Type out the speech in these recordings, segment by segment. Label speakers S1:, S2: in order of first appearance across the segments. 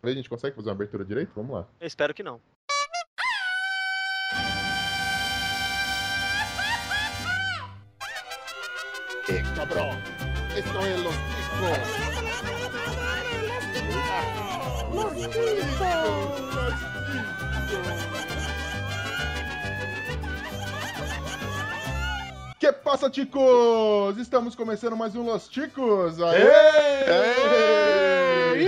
S1: Falei, gente, consegue fazer uma abertura direito? Vamos lá.
S2: Eu espero que não.
S1: Cabrão! Esto é Los Ticos!
S3: Los Ticos!
S1: Que passa, ticos? Estamos começando mais um Los Ticos! Aê! Aê!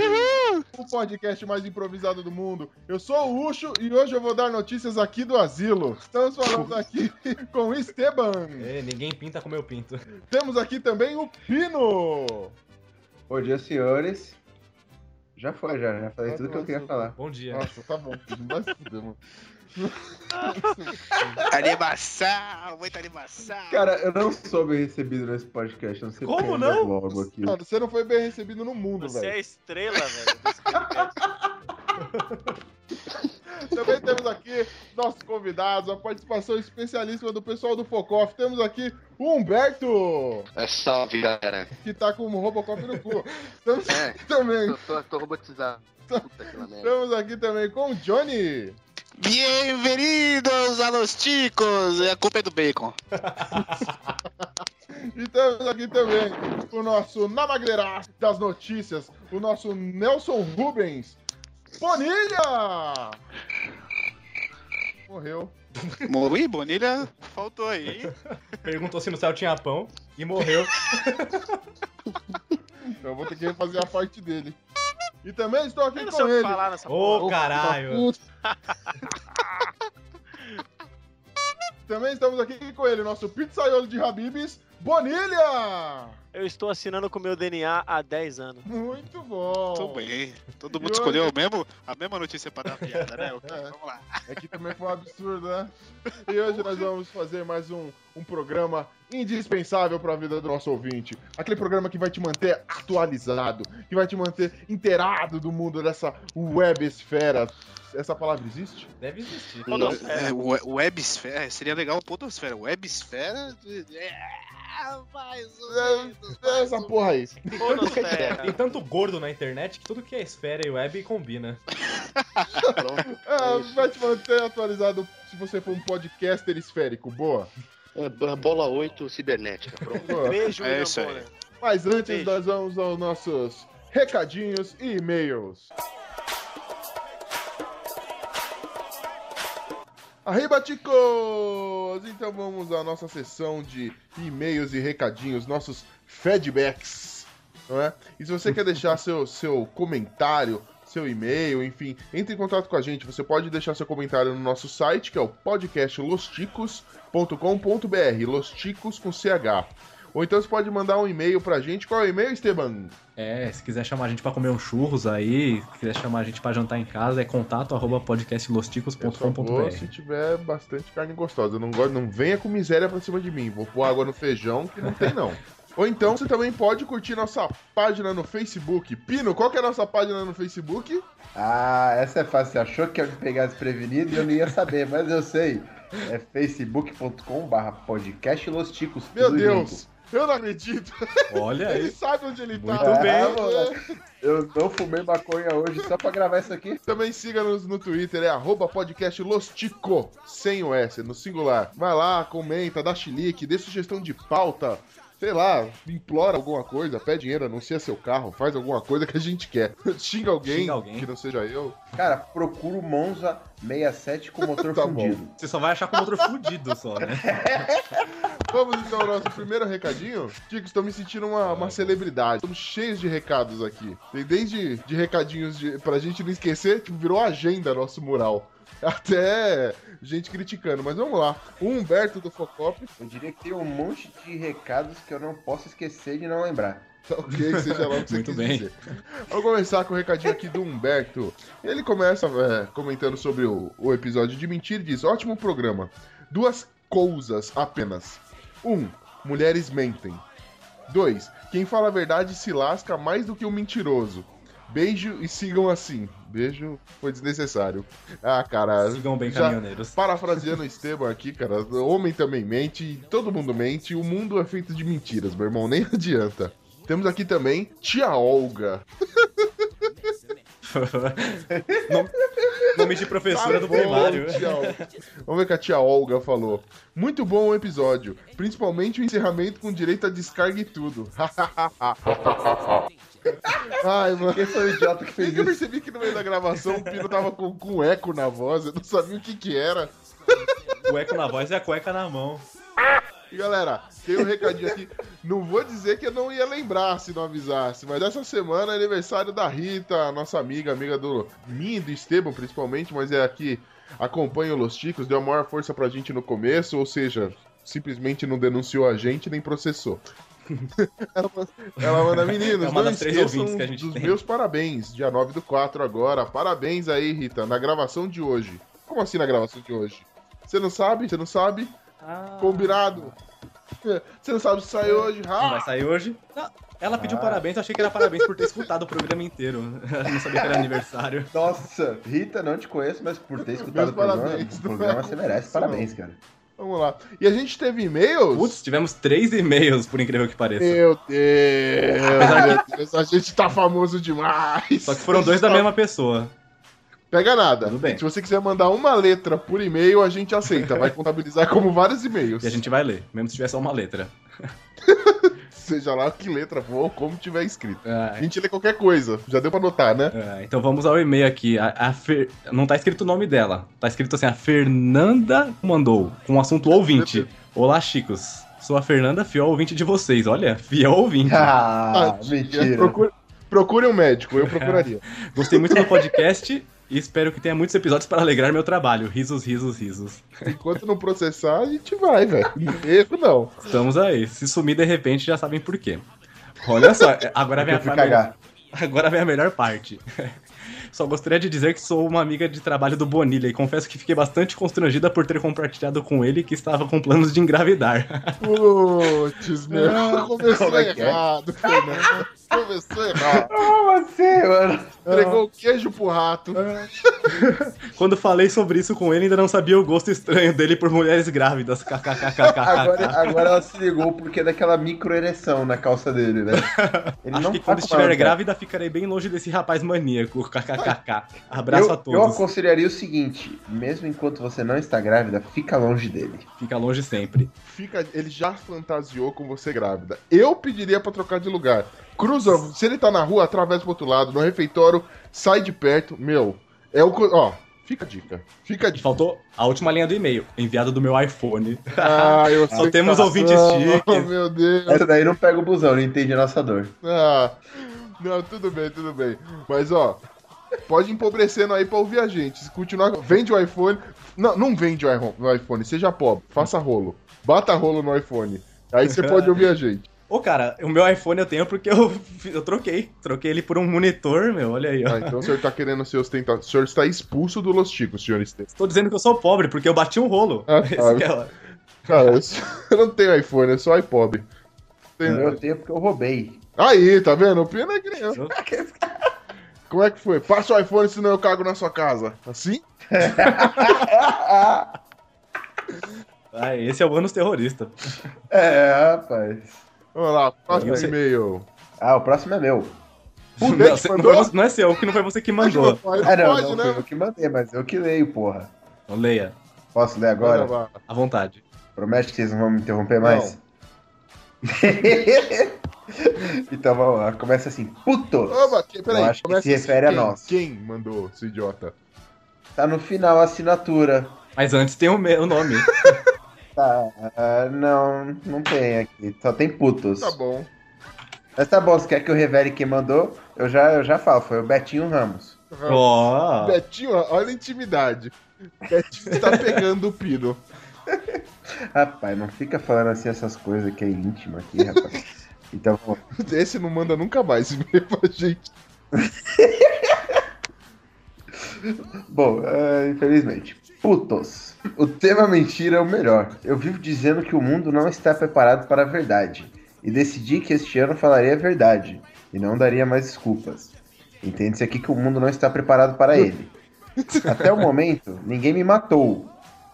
S1: O podcast mais improvisado do mundo. Eu sou o Ucho e hoje eu vou dar notícias aqui do asilo. Estamos falando aqui com Esteban.
S4: É, ninguém pinta como eu pinto.
S1: Temos aqui também o Pino.
S5: Bom dia, senhores. Já foi, já, já falei tudo que eu queria falar.
S4: Bom dia.
S1: Nossa, tá bom. Pino, vai se fuder, mano.
S6: Animação, muita animação.
S5: Cara, eu não sou bem recebido nesse podcast, não sei
S2: Como
S5: porque eu
S2: não?
S5: me logo aqui.
S1: Mano, você não foi bem recebido no mundo,
S2: Você é
S1: velho.
S2: a estrela, velho. desse podcast.
S1: Também temos aqui nossos convidados, a participação especialíssima do pessoal do Focoff. Temos aqui o Humberto,
S6: É salve, galera.
S1: que tá com um Robocop no cu. Temos
S6: É.
S1: aqui também,
S6: Tô, tô, tô robotizado. Puta que lá merda.
S1: temos aqui também com o Johnny.
S6: Bem-vindos a Los Chicos. A culpa é do bacon.
S1: E temos aqui também o nosso Namagueira das notícias, o nosso Nelson Rubens. Bonilha! Morreu.
S6: Morri, Bonilha faltou aí.
S4: Perguntou se no céu tinha pão e morreu.
S1: Então Eu vou ter que refazer a parte dele. E tambtambém estou aqui
S2: Eu não sei
S1: com
S2: o que
S1: ele.
S2: falar nessa porra.
S4: Ô, caralho.
S1: Puta. Também estamos aqui com ele, nosso pizzaiolo de Habibs, Bonilha!
S2: Eu estou assinando com meu DNA há 10 anos.
S1: Muito bom!
S6: Tô bem. Todo
S1: E
S6: mundo
S1: hoje-
S6: escolheu o mesmo, a mesma notícia pra dar piada, né? Ok,
S1: É.
S6: Vamos lá.
S1: Aqui também foi um absurdo, né? E hoje nós vamos fazer mais um, um programa indispensável para a vida do nosso ouvinte. Aquele programa que vai te manter atualizado, que vai te manter inteirado do mundo dessa webesfera. Essa palavra existe?
S4: Deve existir.
S2: Podosfera.
S6: É, we- Websfera, seria legal podosfera. Websfera. É, mais ou menos,
S1: É
S6: mais
S1: essa
S6: ou
S1: porra aí.
S4: Tem
S2: Podosfera.
S4: tanto gordo na internet que tudo que é esfera e web combina.
S6: menos.
S1: É, vai te manter atualizado se você for um podcaster esférico. Boa.
S7: É, Bola 8 cibernética.
S1: Boa.
S2: Beijo,
S6: É
S2: William
S6: isso aí.
S2: Bonner.
S1: Mas antes,
S2: Beijo.
S1: nós vamos aos nossos recadinhos e e-mails. Arriba, ticos! Então vamos à nossa sessão de e-mails e recadinhos, nossos feedbacks, não é? E se você quer deixar seu, seu comentário, seu e-mail, enfim, entre em contato com a gente. Você pode deixar seu comentário no nosso site, que é o podcastlosticos.com.br, losticos com CH. Ou então você pode mandar um e-mail pra gente. Qual é o e-mail, Esteban?
S4: É, se quiser chamar a gente pra comer uns churros aí, se quiser chamar a gente pra jantar em casa, é contato arroba
S1: Eu só vou É, se tiver bastante carne gostosa. Eu não gosto, não venha com miséria pra cima de mim. Vou pôr água no feijão que não tem não. Ou então você também pode curtir nossa página no Facebook. Pino, qual que é a nossa página no Facebook?
S5: Ah, essa é fácil. Você achou que ia me pegar desprevenido e eu não ia saber, mas eu sei. É facebook.com.br podcast Los Ticos.
S1: Meu
S5: tudo
S1: Deus,
S5: junto.
S1: eu não acredito.
S4: Olha
S1: Ele
S4: aí.
S1: sabe onde ele tá.
S4: É Muito bem.
S1: É.
S5: moleque. Ah, Eu não fumei maconha hoje só pra gravar isso aqui.
S1: Também siga-nos no Twitter, é arroba podcast Lostico, sem o S, no singular. Vai lá, comenta, dá chilique, dê sugestão de pauta, sei lá, implora alguma coisa, pede dinheiro, anuncia seu carro, faz alguma coisa que a gente quer. Xinga alguém,
S4: Xinga alguém.
S1: que não seja eu.
S5: Cara, procura o Monza 67 com motor
S1: Tá bom.
S5: fundido.
S4: Você só vai achar com outro fudido só, né?
S1: Vamos então ao nosso primeiro recadinho? Tico, estou me sentindo uma, uma celebridade. Estamos cheios de recados aqui. Tem desde de recadinhos de, pra gente não esquecer, tipo, virou agenda nosso mural. Até gente criticando, mas vamos lá. O Humberto do Focop
S5: Eu diria que tem um monte de recados que eu não posso esquecer de não lembrar.
S1: Tá ok, seja lá o que você
S4: Muito
S1: quis
S4: bem.
S1: dizer. Vamos começar com o recadinho aqui do Humberto. Ele começa é, comentando sobre o, o episódio de mentira e diz: ótimo programa. Duas coisas apenas. Um, mulheres mentem. Dois, quem fala a verdade se lasca mais do que o mentiroso. Beijo e sigam assim. Beijo foi desnecessário. Ah, cara,
S4: Sigam bem
S1: já-
S4: caminhoneiros.
S1: Parafraseando o Esteban aqui, cara, homem também mente, todo mundo mente, o mundo é feito de mentiras, meu irmão, nem adianta. Temos aqui também Tia Olga.
S4: Nome- Nome de professora
S1: Tá
S4: do
S1: bom,
S4: primário.
S1: tchau. Vamos ver o que a tia Olga falou. Muito bom o episódio, principalmente o encerramento com direito a descarga e tudo. Ai, mano.
S5: Quem foi o um idiota que fez
S1: Eu
S5: isso?
S1: percebi que no meio da gravação o Pino tava com, com eco na voz, eu não sabia o que que era.
S4: Cueca na voz e a cueca na mão.
S1: E galera, tem um recadinho aqui. Não vou dizer que eu não ia lembrar se não avisasse, mas essa semana é aniversário da Rita, nossa amiga, amiga do mim e do Esteban principalmente, mas é aqui acompanha o Los Ticos, deu a maior força pra gente no começo, ou seja, simplesmente não denunciou a gente nem processou. ela, manda- ela manda, meninos,
S4: É uma
S1: não
S4: das três
S1: esqueçam
S4: ouvintes que a gente
S1: dos
S4: tem."
S1: meus parabéns, dia 9 do 4 agora. Parabéns aí, Rita, na gravação de hoje. Como assim na gravação de hoje? Você não sabe? Você não sabe? Ah. Combinado. Você não sabe se sai hoje.
S4: Não
S1: Ah,
S4: vai sair hoje? Não, Ela pediu
S5: Ah.
S4: parabéns, eu achei que era parabéns por ter escutado o programa inteiro. Eu não sabia que era aniversário.
S5: Nossa, Rita, não te conheço, mas por ter escutado
S1: Meus
S5: o programa,
S1: parabéns,
S5: o
S1: não é
S5: programa você merece.
S1: isso,
S5: Parabéns, cara.
S1: vamos lá. E a gente teve e-mails?
S4: Putz, tivemos três e-mails, por incrível que pareça.
S1: Meu Deus, meu Deus, a gente tá famoso demais.
S4: Só que foram dois da mesma pessoa.
S1: Pega nada.
S4: Tudo bem.
S1: Se você quiser mandar uma letra por e-mail, a gente aceita. Vai contabilizar como vários e-mails.
S4: E a gente vai ler, mesmo se tiver só uma letra.
S1: Seja lá que letra for ou como tiver escrito. A
S4: Ai,
S1: gente lê qualquer coisa. Já deu pra notar, né?
S4: ai, então vamos ao e-mail aqui. A, a Fer- Não tá escrito o nome dela. Tá escrito assim, a Fernanda mandou, com o assunto ouvinte. Olá, Chicos. Sou a Fernanda, fiel ouvinte de vocês. Olha, fiel ouvinte.
S5: Ah, mentira.
S1: Procure, procure um médico, eu procuraria.
S4: Gostei muito do podcast e espero que tenha muitos episódios para alegrar meu trabalho. Risos, risos, risos.
S1: Enquanto não processar, a gente vai, velho. Erro não.
S4: Estamos aí. Se sumir de repente, já sabem por quê. Olha só, é, agora vem
S5: Eu
S4: a
S5: fui
S4: melhor-
S5: cagar.
S4: Agora vem a melhor parte. Só gostaria de dizer que sou uma amiga de trabalho do Bonilha e confesso que fiquei bastante constrangida por ter compartilhado com ele que estava com planos de engravidar.
S1: Putz, meu. Ah, Começou
S5: Como é que é?
S1: errado, Fernando. Começou errado.
S5: Como você, mano?
S1: Entregou o queijo pro rato.
S4: Quando falei sobre isso com ele, ainda não sabia o gosto estranho dele por mulheres grávidas.
S5: Agora,
S4: Agora,
S5: agora ela se ligou porque é daquela microereção na calça dele, né? Ele
S4: Acho
S5: não
S4: que
S5: tá
S4: quando
S5: com
S4: estiver
S5: ela, cara.
S4: grávida, ficarei bem longe desse rapaz maníaco. KKKK. Abraço
S5: eu,
S4: a
S5: Eu
S4: todos.
S5: aconselharia o seguinte: mesmo enquanto você não está grávida, fica longe dele.
S4: Fica longe sempre.
S1: Fica, ele já fantasiou com você grávida. Eu pediria pra trocar de lugar. Cruza, se ele tá na rua, atravessa pro outro lado, no refeitório, sai de perto. Meu, é o. co- Ó, fica a dica. Fica a
S4: E
S1: dica.
S4: faltou a última linha do e-mail, enviado do meu iPhone.
S1: Ah, eu
S4: Só temos ouvintes
S1: Oh,
S4: chiques.
S1: meu Deus.
S5: Essa daí não pega o busão, não entende a nossa dor.
S1: Ah, não, tudo bem, tudo bem. Mas ó, pode ir empobrecendo aí pra ouvir a gente. Se continuar, vende o iPhone. Não, não vende o iPhone- o iPhone, seja pobre, faça rolo. Bata rolo no iPhone. Aí você pode ouvir a gente.
S4: Ô, cara, o meu iPhone eu tenho porque eu, eu troquei. Troquei ele por um monitor, meu. Olha aí, ó.
S1: Ah, então o senhor tá querendo ser ostentado. O senhor está expulso do Los Ticos, senhor Esteves.
S4: Tô dizendo que eu sou pobre porque eu bati um rolo.
S1: Ah,
S4: Esse
S1: tá.
S4: que é, ó.
S1: Cara, eu, só- eu não tenho iPhone, eu sou iPob. Tem-
S4: É.
S5: Eu tenho porque eu roubei.
S1: Aí, tá vendo? O pino é criança.
S4: Eu-
S1: Como é que foi? Passa o iPhone, senão eu cago na sua casa. Assim?
S4: Ah, esse é o Anos Terrorista.
S5: É, rapaz.
S1: Vamos lá, próximo
S4: Eu sei.
S1: e-mail.
S5: Ah, o próximo é meu.
S1: Puta,
S4: não,
S1: que
S4: você- não
S1: mandou?
S4: foi você- não é seu, que não foi você que mandou.
S5: Ah, não,
S1: Pode,
S5: não,
S1: né?
S5: foi eu que mandei, mas eu que leio, porra.
S4: Então, leia,
S5: Posso ler agora?
S1: Agora.
S4: à vontade.
S5: Promete que vocês não vão me interromper mais? então vamos lá, começa assim. Puto!
S1: Oba, que, peraí,
S5: Eu acho que
S1: começa
S5: se
S1: assim,
S5: refere a
S1: quem-
S5: nós.
S1: Quem mandou esse idiota?
S5: Tá no final a assinatura.
S4: Mas antes tem o meu nome.
S5: Tá, ah, não, não tem aqui. Só tem putos.
S1: Tá bom.
S5: Mas tá bom, se quer que eu revele quem mandou, eu já, eu já falo, foi o Betinho Ramos. Ah.
S4: Ó.
S1: Betinho, olha a intimidade. Betinho está pegando o pino.
S5: Rapaz, não fica falando assim essas coisas que é íntima aqui, rapaz. Então, vamos lá.
S1: Esse não manda nunca mais e-mail pra gente.
S5: bom, ah, infelizmente. Putos. O tema mentira é o melhor. Eu vivo dizendo que o mundo não está preparado para a verdade. E decidi que este ano falaria a verdade. E não daria mais desculpas. Entende-se aqui que o mundo não está preparado para ele. Até o momento, ninguém me matou,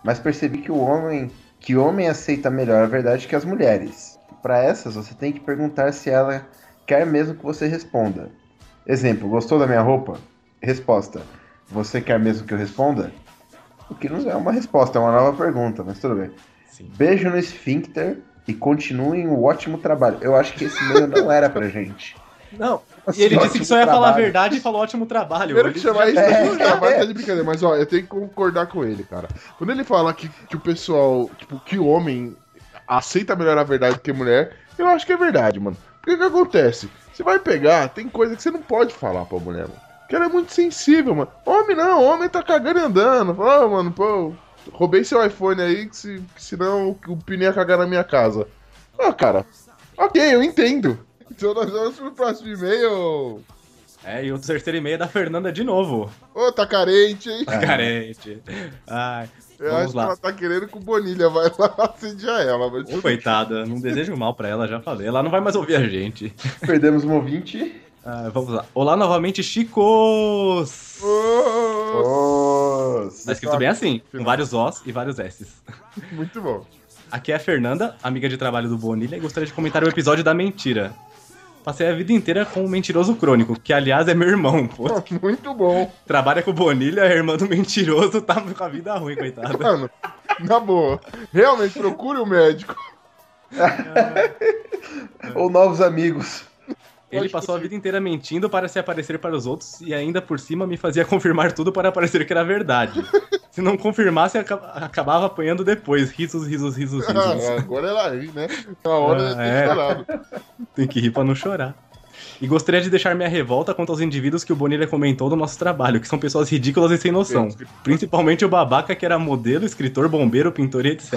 S5: mas percebi que o homem, que homem aceita melhor a verdade que as mulheres. Para essas, você tem que perguntar se ela quer mesmo que você responda. Exemplo, gostou da minha roupa? Resposta. Você quer mesmo que eu responda? O que não é uma resposta, é uma nova pergunta, mas tudo bem.
S4: Sim.
S5: Beijo no esfíncter e continuem o ótimo trabalho. Eu acho que esse e-mail não era pra gente.
S4: Não, e ele
S5: Nossa,
S4: disse que só ia
S5: ótimo
S4: falar a
S5: trabalho.
S4: verdade e falou ótimo trabalho.
S1: Primeiro
S4: Ele
S1: que chamar isso
S5: já-
S1: é,
S5: É.
S1: tá de brincadeira, mas ó, eu tenho que concordar com ele, cara. Quando ele fala que, que o pessoal, tipo, que o homem aceita melhor a verdade que a mulher, eu acho que é verdade, mano. Porque o que acontece? Você vai pegar, tem coisa que você não pode falar pra mulher, mano. Porque ela é muito sensível, mano. Homem não, homem tá cagando e andando. Fala, "Ah, mano, pô, roubei seu iPhone aí, que, se, que senão o, o pneu ia cagar na minha casa. Ah, cara, ok, eu entendo. Então nós vamos pro próximo e-mail.
S4: É, e o terceiro e-mail é da Fernanda de novo.
S1: Ô, tá carente, hein?
S4: Carente. Ai,
S1: Eu
S4: Vamos
S1: acho
S4: lá.
S1: que ela tá querendo com Bonilha, vai lá assediar ela. tá Mas
S4: ô, coitada, não desejo mal pra ela, já falei. Ela não vai mais ouvir a gente.
S5: Perdemos um ouvinte.
S4: Ah, vamos lá. Olá novamente, Chicos!
S1: Ô,
S5: Nossa.
S4: Tá escrito bem assim, com vários Os e vários Ss.
S1: Muito bom.
S4: Aqui é a Fernanda, amiga de trabalho do Bonilha, e gostaria de comentar o episódio da mentira. Passei a vida inteira com o mentiroso crônico, que aliás é meu irmão, pô.
S1: Muito bom.
S4: Trabalha com o Bonilha, a irmã do mentiroso tá com a vida ruim, coitada.
S1: Mano, na boa. Realmente, procure o médico.
S4: É.
S5: Ou novos amigos.
S4: Ele passou a vida inteira mentindo para se aparecer para os outros e ainda por cima me fazia confirmar tudo para parecer que era verdade. Se não confirmasse, aca- acabava apanhando depois. Risos, risos, risos, risos.
S1: Ah, agora ela aí, né? Na hora
S4: Ah,
S1: de
S4: é.
S1: ter chorado.
S4: Tem que rir pra não chorar. E gostaria de deixar minha revolta quanto aos indivíduos que o Bonilha comentou do nosso trabalho, que são pessoas ridículas e sem noção. Principalmente o babaca que era modelo, escritor, bombeiro, pintor e etc.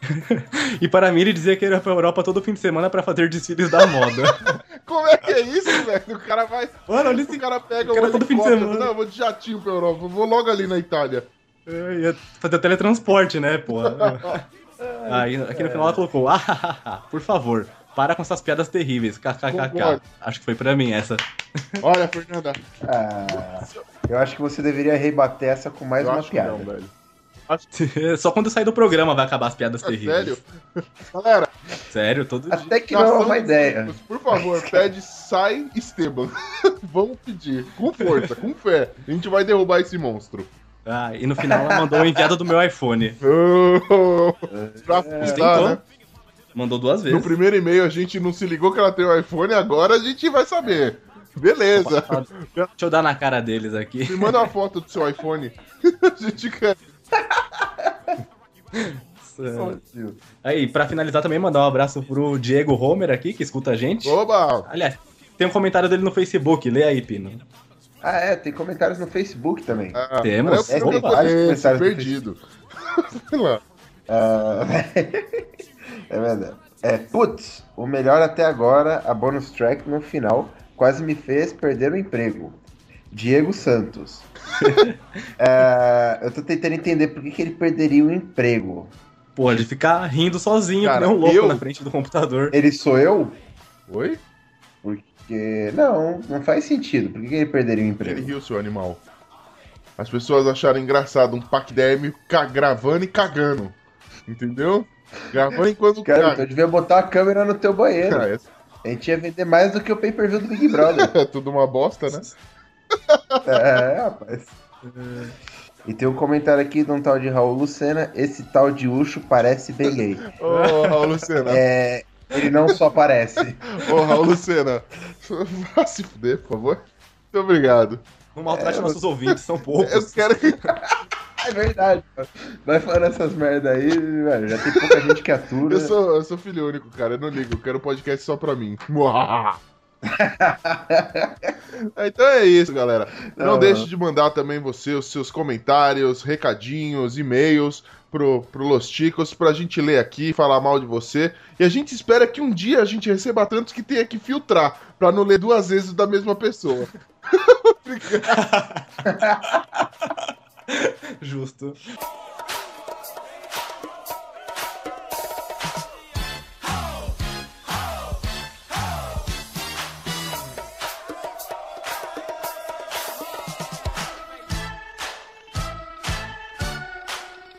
S4: e para mim ele dizia que era pra Europa todo fim de semana pra fazer desfiles da moda.
S1: Como é que é isso, velho? O cara vai.
S4: Mano, olha
S1: O
S4: esse
S1: cara pega
S4: O cara
S1: um
S4: todo fim de
S1: helicóptero,
S4: semana.
S1: Não, eu vou de jatinho pra Europa. eu Vou logo ali na Itália.
S4: Eu ia fazer teletransporte, né, porra? Aí, aqui no final ela colocou, ah, ah, ah, por favor, para com essas piadas terríveis, kkkk.
S1: Concordo.
S4: Acho que foi pra mim essa.
S1: Olha, Fernanda.
S5: Ah, eu acho que você deveria rebater essa com mais
S1: eu
S5: uma
S1: acho que
S5: piada.
S1: não, velho.
S4: Só quando eu sair do programa vai acabar as piadas
S1: É
S4: terríveis.
S1: sério? Galera,
S4: Sério, todo dia.
S5: Até que não é uma má
S1: Nação
S5: ideia.
S1: Mas, Por favor, pede sai Esteban. Vamos pedir. Com força, com fé. A gente vai derrubar esse monstro.
S4: Ah, e no final ela mandou o enviado do meu iPhone.
S5: É.
S1: pra
S4: Tentou.
S1: afundar, né?
S4: Mandou duas vezes.
S1: No primeiro e-mail a gente não se ligou que ela tem um iPhone, agora a gente vai saber. Beleza.
S4: Deixa eu dar na cara deles aqui.
S1: Me manda uma foto do seu iPhone. a gente quer. é.
S4: Aí, pra finalizar também, mandar um abraço pro Diego Homer aqui, que escuta a gente.
S1: Oba!
S4: Aliás, tem um comentário dele no Facebook, lê aí, Pino.
S5: Ah, é, tem comentários no Facebook também.
S1: Ah,
S4: Temos.
S1: parece que eu
S5: Opa.
S1: tenho esse
S5: Comentários do
S1: perdido. Sei lá.
S5: Ah, é verdade. É, putz, o melhor até agora, a bonus track no final, quase me fez perder o emprego. Diego Santos. É, eu tô tentando entender por que, que ele perderia o emprego.
S4: Porra, de ficar rindo sozinho,
S1: Cara,
S4: que nem um louco
S1: eu-
S4: na frente do computador.
S5: Ele sou eu?
S1: Oi?
S5: Porque. Não, não faz sentido. Por que, que ele perderia o
S1: Ele
S5: emprego?
S1: riu, seu animal. As pessoas acharam engraçado um pac-derme ca- gravando e cagando. Entendeu? Gravando enquanto
S5: Cara, então
S1: caga.
S5: eu devia botar a câmera no teu banheiro.
S1: Cara,
S5: A gente ia vender mais do que o pay per view do Big Brother.
S1: é tudo uma bosta, né?
S5: É, rapaz. E tem um comentário aqui de um tal de Raul Lucena. Esse tal de Ucho parece bem gay.
S1: Ô, Raul Lucena.
S5: É, ele não só parece.
S1: Ô, Raul Lucena. Vá se fuder, por favor. Muito obrigado.
S4: Não maltrate nossos ouvintes, são poucos.
S1: É, Eu quero que.
S5: É verdade. mano. Vai falando essas merda aí, velho. Já tem pouca gente que atura.
S1: Eu sou, eu sou filho único, cara. Eu não ligo. Eu quero podcast só pra mim. Muá. então é isso, galera. Não,
S5: Não,
S1: deixe de mandar também você os seus comentários, recadinhos, e-mails pro, pro Los Chicos pra gente ler aqui, falar mal de você. E a gente espera que um dia a gente receba tantos que tenha que filtrar pra não ler duas vezes o da mesma pessoa.
S4: Justo.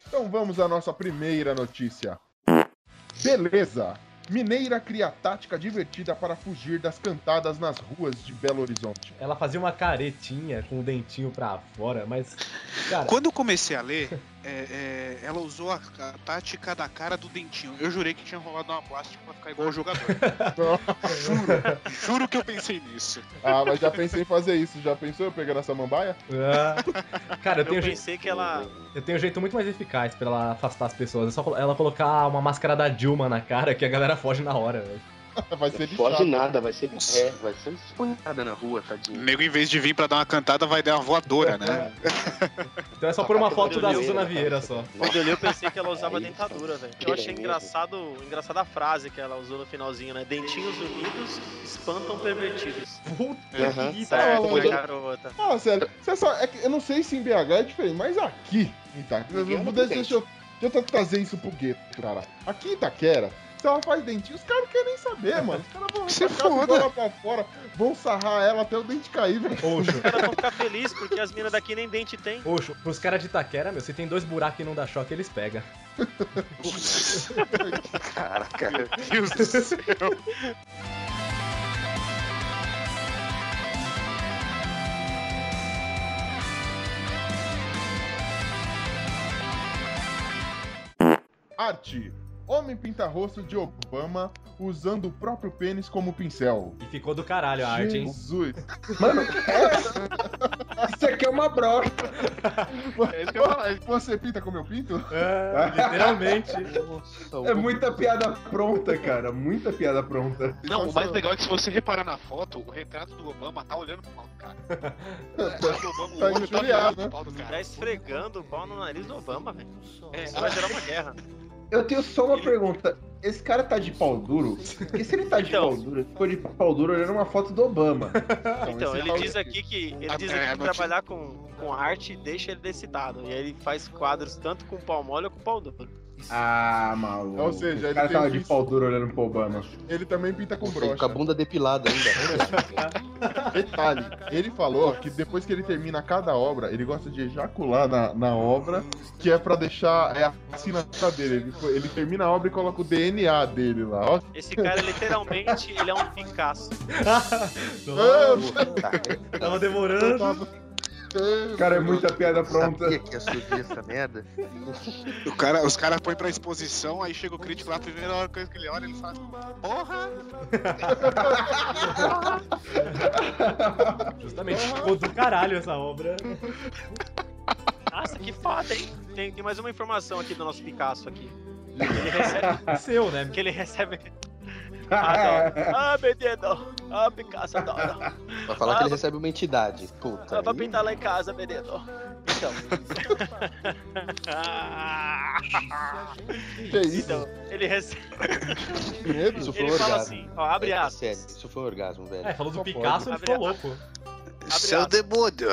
S1: Então vamos à nossa primeira notícia. Beleza! Mineira cria tática divertida para fugir das cantadas nas ruas de Belo Horizonte.
S4: Ela fazia uma caretinha com o dentinho pra fora, mas. Cara,
S6: Quando eu comecei a ler, é, é, ela usou a, a tática da cara do dentinho. Eu jurei que tinha rolado uma plástica pra ficar igual o jogador. juro, juro que eu pensei nisso.
S1: Ah, mas já pensei em fazer isso. Já pensou eu pegar essa mambaia?
S4: ah, cara eu,
S2: Eu
S4: tenho je-
S2: pensei que ela.
S4: eu tenho um jeito muito mais eficaz pra ela afastar as pessoas. É só colo- ela colocar uma máscara da Dilma na cara que a galera foge na hora, velho.
S1: Vai ser
S8: Foge
S1: lixado.
S8: nada, vai ser é, vai ser espanhada na rua,
S6: O
S8: tadinho.
S6: nego, em vez de vir pra dar uma cantada, vai dar uma voadora, né?
S4: Então é só por uma foto da
S8: Olheira,
S4: Suzana
S8: né,
S9: né?
S8: cara.
S4: Vieira só.
S2: Quando eu li, eu pensei que ela usava
S8: Aí,
S2: dentadura, velho.
S8: que
S2: Eu achei
S8: beleza.
S2: engraçado, engraçada a frase que ela usou no finalzinho, né? Dentinhos unidos espantam pervertidos.
S8: Aham.
S2: Ih,
S1: tá
S2: certo,
S1: bom,
S2: né,
S1: né?
S2: garota?
S1: Fala sério, você sabe, é que eu não sei se em BH é diferente, mas aqui, em Itaquera,
S8: Ninguém é
S1: eu vou-
S8: anda com
S1: deixa, eu, deixa eu trazer isso pro gueto, cara. Aqui em Itaquera, se ela faz dentinho, os caras não querem nem saber, mano. Os caras vão
S6: Se
S1: arrancar a
S6: foda.
S1: bola pra fora, vão sarrar ela até o dente cair, velho.
S4: Oxo,
S2: Os caras vão ficar felizes porque as minas daqui nem dente tem.
S4: oxo, pros caras de Itaquera, meu, se tem dois buracos e não dá choque, eles pegam.
S8: Caraca.
S6: Meu Deus do céu.
S1: Arte. Homem pinta rosto de Obama usando o próprio pênis como pincel.
S4: E ficou do caralho a arte, hein?
S1: Jesus.
S5: Mano, é- isso aqui é uma brocha.
S6: É isso que eu ia falar.
S1: Você pinta como eu pinto?
S4: Ah, literalmente.
S5: É muita piada pronta, cara. Muita piada pronta.
S6: Não, o
S1: Nossa.
S6: mais legal é que se você reparar na foto, o retrato do Obama tá olhando pro pau do cara. É, O Obama, o
S1: Tá
S6: olho tá
S1: injuriado,
S6: olhando
S1: né?
S6: pro pau do
S2: Tá
S6: cara.
S2: esfregando o pau no nariz do Obama, velho.
S6: É,
S2: Isso vai gerar uma guerra.
S5: Eu tenho só uma pergunta. Esse cara tá de pau duro? Porque se ele tá de
S2: Então.
S5: pau duro, ele ficou de pau duro olhando uma foto do Obama.
S2: Então,
S1: esse
S2: ele
S1: pau-
S2: diz aqui que ele
S6: Ah,
S2: diz
S6: é,
S2: aqui que
S6: não te-
S2: trabalhar com, com arte deixa ele excitado. E aí ele faz quadros tanto com pau mole ou com pau duro.
S5: Ah, maluco.
S1: Ou seja,
S5: o
S1: ele
S5: cara
S1: tem
S5: tava
S1: um
S5: de
S1: vício.
S5: pau duro olhando pro Obama.
S1: Ele também pinta com
S9: Você com a
S1: brocha.
S9: bunda depilada ainda.
S1: Detalhe, ele falou que depois que ele termina cada obra, ele gosta de ejacular na, na obra, que é pra deixar é a assinatura dele. Ele, foi- ele termina a obra e coloca o DNA dele lá. Ó,
S2: Esse cara, literalmente, ele é um Picasso.
S4: Nossa,
S9: Puta,
S4: tava demorando.
S5: Cara, é muita piada pronta.
S9: sabia que ia surgir essa merda?
S6: O cara, os caras põem pra exposição, aí chega o crítico lá, a primeira hora que ele olha, ele fala: Porra!
S4: Justamente, ficou do caralho essa obra.
S2: Nossa, que foda, hein? Tem, tem mais uma informação aqui do nosso Picasso aqui. Ele recebe,
S4: Seu, né?
S2: que ele recebe. Adoro. Ah, menino! Ah, Picasso, adoro.
S9: Vai falar que
S2: Ah,
S9: ele recebe uma entidade. Puta.
S2: Dá pra
S9: aí-
S2: pintar lá em casa, menino. Então.
S1: que isso?
S2: então, ele recebe.
S1: que medo?
S9: Isso foi um
S2: Ele fala
S9: orgasmo.
S2: assim, ó, abre
S9: É, é
S2: aspas.
S9: sério, isso foi orgasmo, velho.
S4: É, falou do
S1: Só
S4: Picasso, ele
S2: pode.
S4: ficou louco.
S2: Seu aspas.
S6: demônio!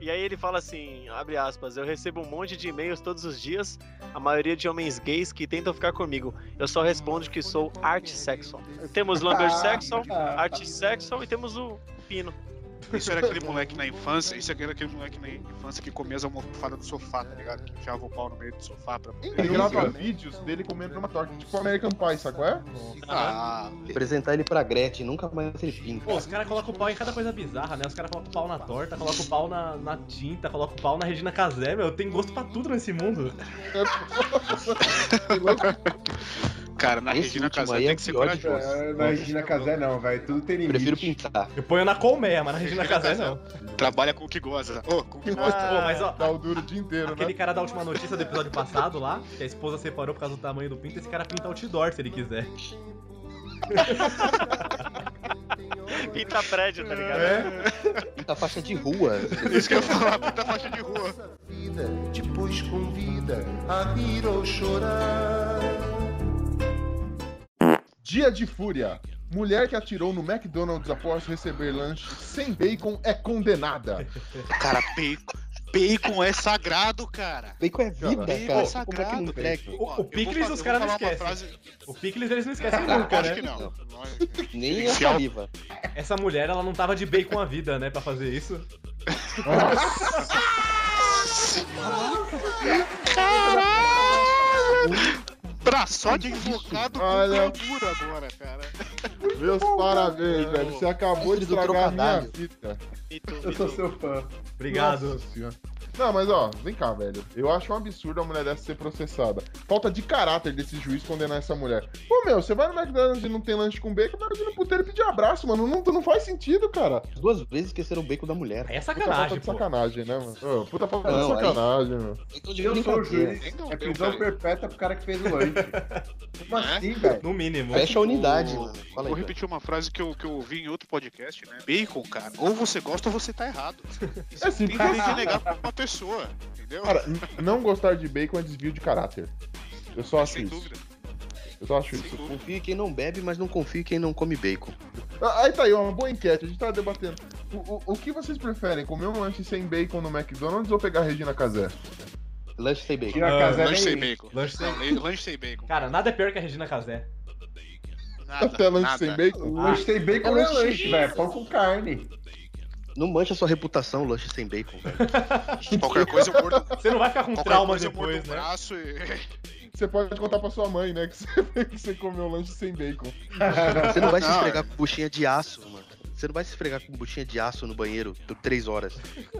S2: E aí ele fala assim, abre aspas, eu recebo um monte de e-mails todos os dias, a maioria de homens gays que tentam ficar comigo. Eu só respondo que sou art sexual. Temos
S1: Ah.
S2: lumber sexual, art sexual e temos o pino.
S6: Isso era aquele moleque na infância, isso era aquele moleque na infância que comia as almofadas do sofá, tá ligado? Que enfiava o pau no meio do sofá pra.
S1: Ele grava vídeos dele comendo uma torta, tipo American Pie, sabe qual é?
S6: Ah,
S9: Apresentar ele pra Gretchen, nunca mais ele pinta.
S4: Pô, os caras colocam o pau em cada coisa bizarra, né? Os caras colocam o pau na torta, colocam o pau na, na tinta, colocam o pau na Regina Casé, meu. Tem gosto pra tudo nesse mundo.
S6: cara, na
S9: Esse
S6: Regina
S9: último
S6: Casé
S9: aí é
S6: tem que ser
S9: pior de
S6: corajoso.
S5: Ah, Na Regina Casé não, velho. Tudo tem limite.
S9: Prefiro pintar.
S4: Eu ponho na colmeia, mas na Regina Casé não.
S6: Trabalha com o que goza. Ô, com o que goza.
S4: Pô, Ah, mas ó,
S1: Dá o duro o dia inteiro,
S4: aquele
S1: né?
S4: cara da última notícia do episódio passado lá, que a esposa separou por causa do tamanho do pinto, esse cara pinta outdoor se ele quiser.
S2: Pinta prédio, tá ligado?
S1: É?
S9: Pinta faixa de rua.
S6: Isso que eu ia falar, puta faixa de rua.
S9: Depois convida.
S1: Dia de Fúria. Mulher que atirou no McDonald's após receber lanche sem bacon é condenada.
S6: Cara, bacon, bacon é sagrado, cara.
S9: Bacon é
S6: Bacon
S9: vida, cara.
S6: é
S9: Como é que
S6: sagrado,
S9: não pega?
S4: O- o
S6: Ó, eu vou
S4: picles
S6: fazer-
S4: os
S6: eu
S4: caras
S6: vou
S4: não
S6: falar uma
S4: esquecem.
S6: frase-
S4: O picles eles não esquecem nunca,
S6: Acho que
S4: né?
S6: não.
S9: Nem a
S6: Enfiar o-
S9: saliva.
S4: Essa mulher, ela não tava de bem com a vida, né, pra fazer isso.
S6: Caralho! Pra só de invocado com
S1: Olha.
S6: bravura agora, cara.
S1: Meus parabéns, velho. Você acabou de
S9: Filho do
S1: estragar a minha
S9: trocadilho.
S1: vida.
S2: Mito,
S5: Eu sou
S2: mito.
S5: seu fã.
S10: Obrigado.
S1: Nossa Senhora. Não, mas ó, vem cá, velho. Eu acho um absurdo a mulher dessa ser processada. Falta de caráter desse juiz condenar essa mulher. Pô, meu, você vai no McDonald's e não tem lanche com bacon, vai no puteiro pedir abraço, mano. Não, não faz sentido, cara.
S9: As Duas vezes esqueceram o bacon da mulher.
S10: Aí é
S1: Puta falta
S10: sacanagem,
S1: Tá de
S10: pô.
S1: sacanagem, né, mano? Ô, Puta falta de
S9: Não, aí-
S1: sacanagem, meu.
S9: Então, de
S5: Eu sou o
S9: brincadeira.
S5: juiz.
S6: Entendeu?
S5: É prisão
S6: Cara,
S5: perpétua pro cara que fez o lanche. Como
S9: Né?
S5: assim, velho?
S10: No mínimo.
S9: Fecha a unidade,
S6: Vou-
S9: mano. Fala aí.
S6: Vou repetir uma frase que eu, que eu ouvi em outro podcast, né? Bacon, cara. Ou você gosta ou você tá errado. Isso
S1: É simples.
S6: Tem que renegar pra uma pessoa, entendeu?
S1: Cara, n- não gostar de bacon é desvio de caráter. Eu só assim. acho
S6: Sem
S1: isso.
S6: dúvida.
S1: Eu só acho
S6: Sem
S1: isso.
S6: dúvida.
S9: Confie em quem não bebe, mas não confie em quem não come bacon.
S1: Ah, Aí tá aí, ó, uma boa enquete. A gente tá debatendo. O, o, o que vocês preferem? Comer um lanche sem bacon no McDonald's ou pegar a Regina Casé?
S9: Lanche sem bacon.
S5: Tira a
S10: Ah,
S5: casa
S6: Lanche sem
S5: nem...
S6: bacon.
S10: Lanche sem-
S6: Não, lan- lanche sem bacon.
S10: Cara, nada é pior que a Regina Casé.
S6: Nada,
S1: Até lanche
S6: nada.
S1: sem bacon? né?
S5: O lanche sem bacon
S9: Ah,
S5: não é
S9: lanche.
S5: lanche, velho. é Pão com carne.
S9: Não mancha sua reputação, lanche sem bacon, velho.
S6: Qualquer coisa eu mordo,
S10: Você não vai ficar com
S6: Tá qualquer
S10: trauma
S6: coisa é eu mordo
S10: depois,
S6: o
S10: né?
S6: braço e...
S1: Você pode contar pra sua mãe, né? Que você, que você comeu lanche sem bacon.
S9: Você não vai se
S6: Não,
S9: esfregar com buchinha de aço, mano. Você não vai se esfregar com buchinha de aço no banheiro por três horas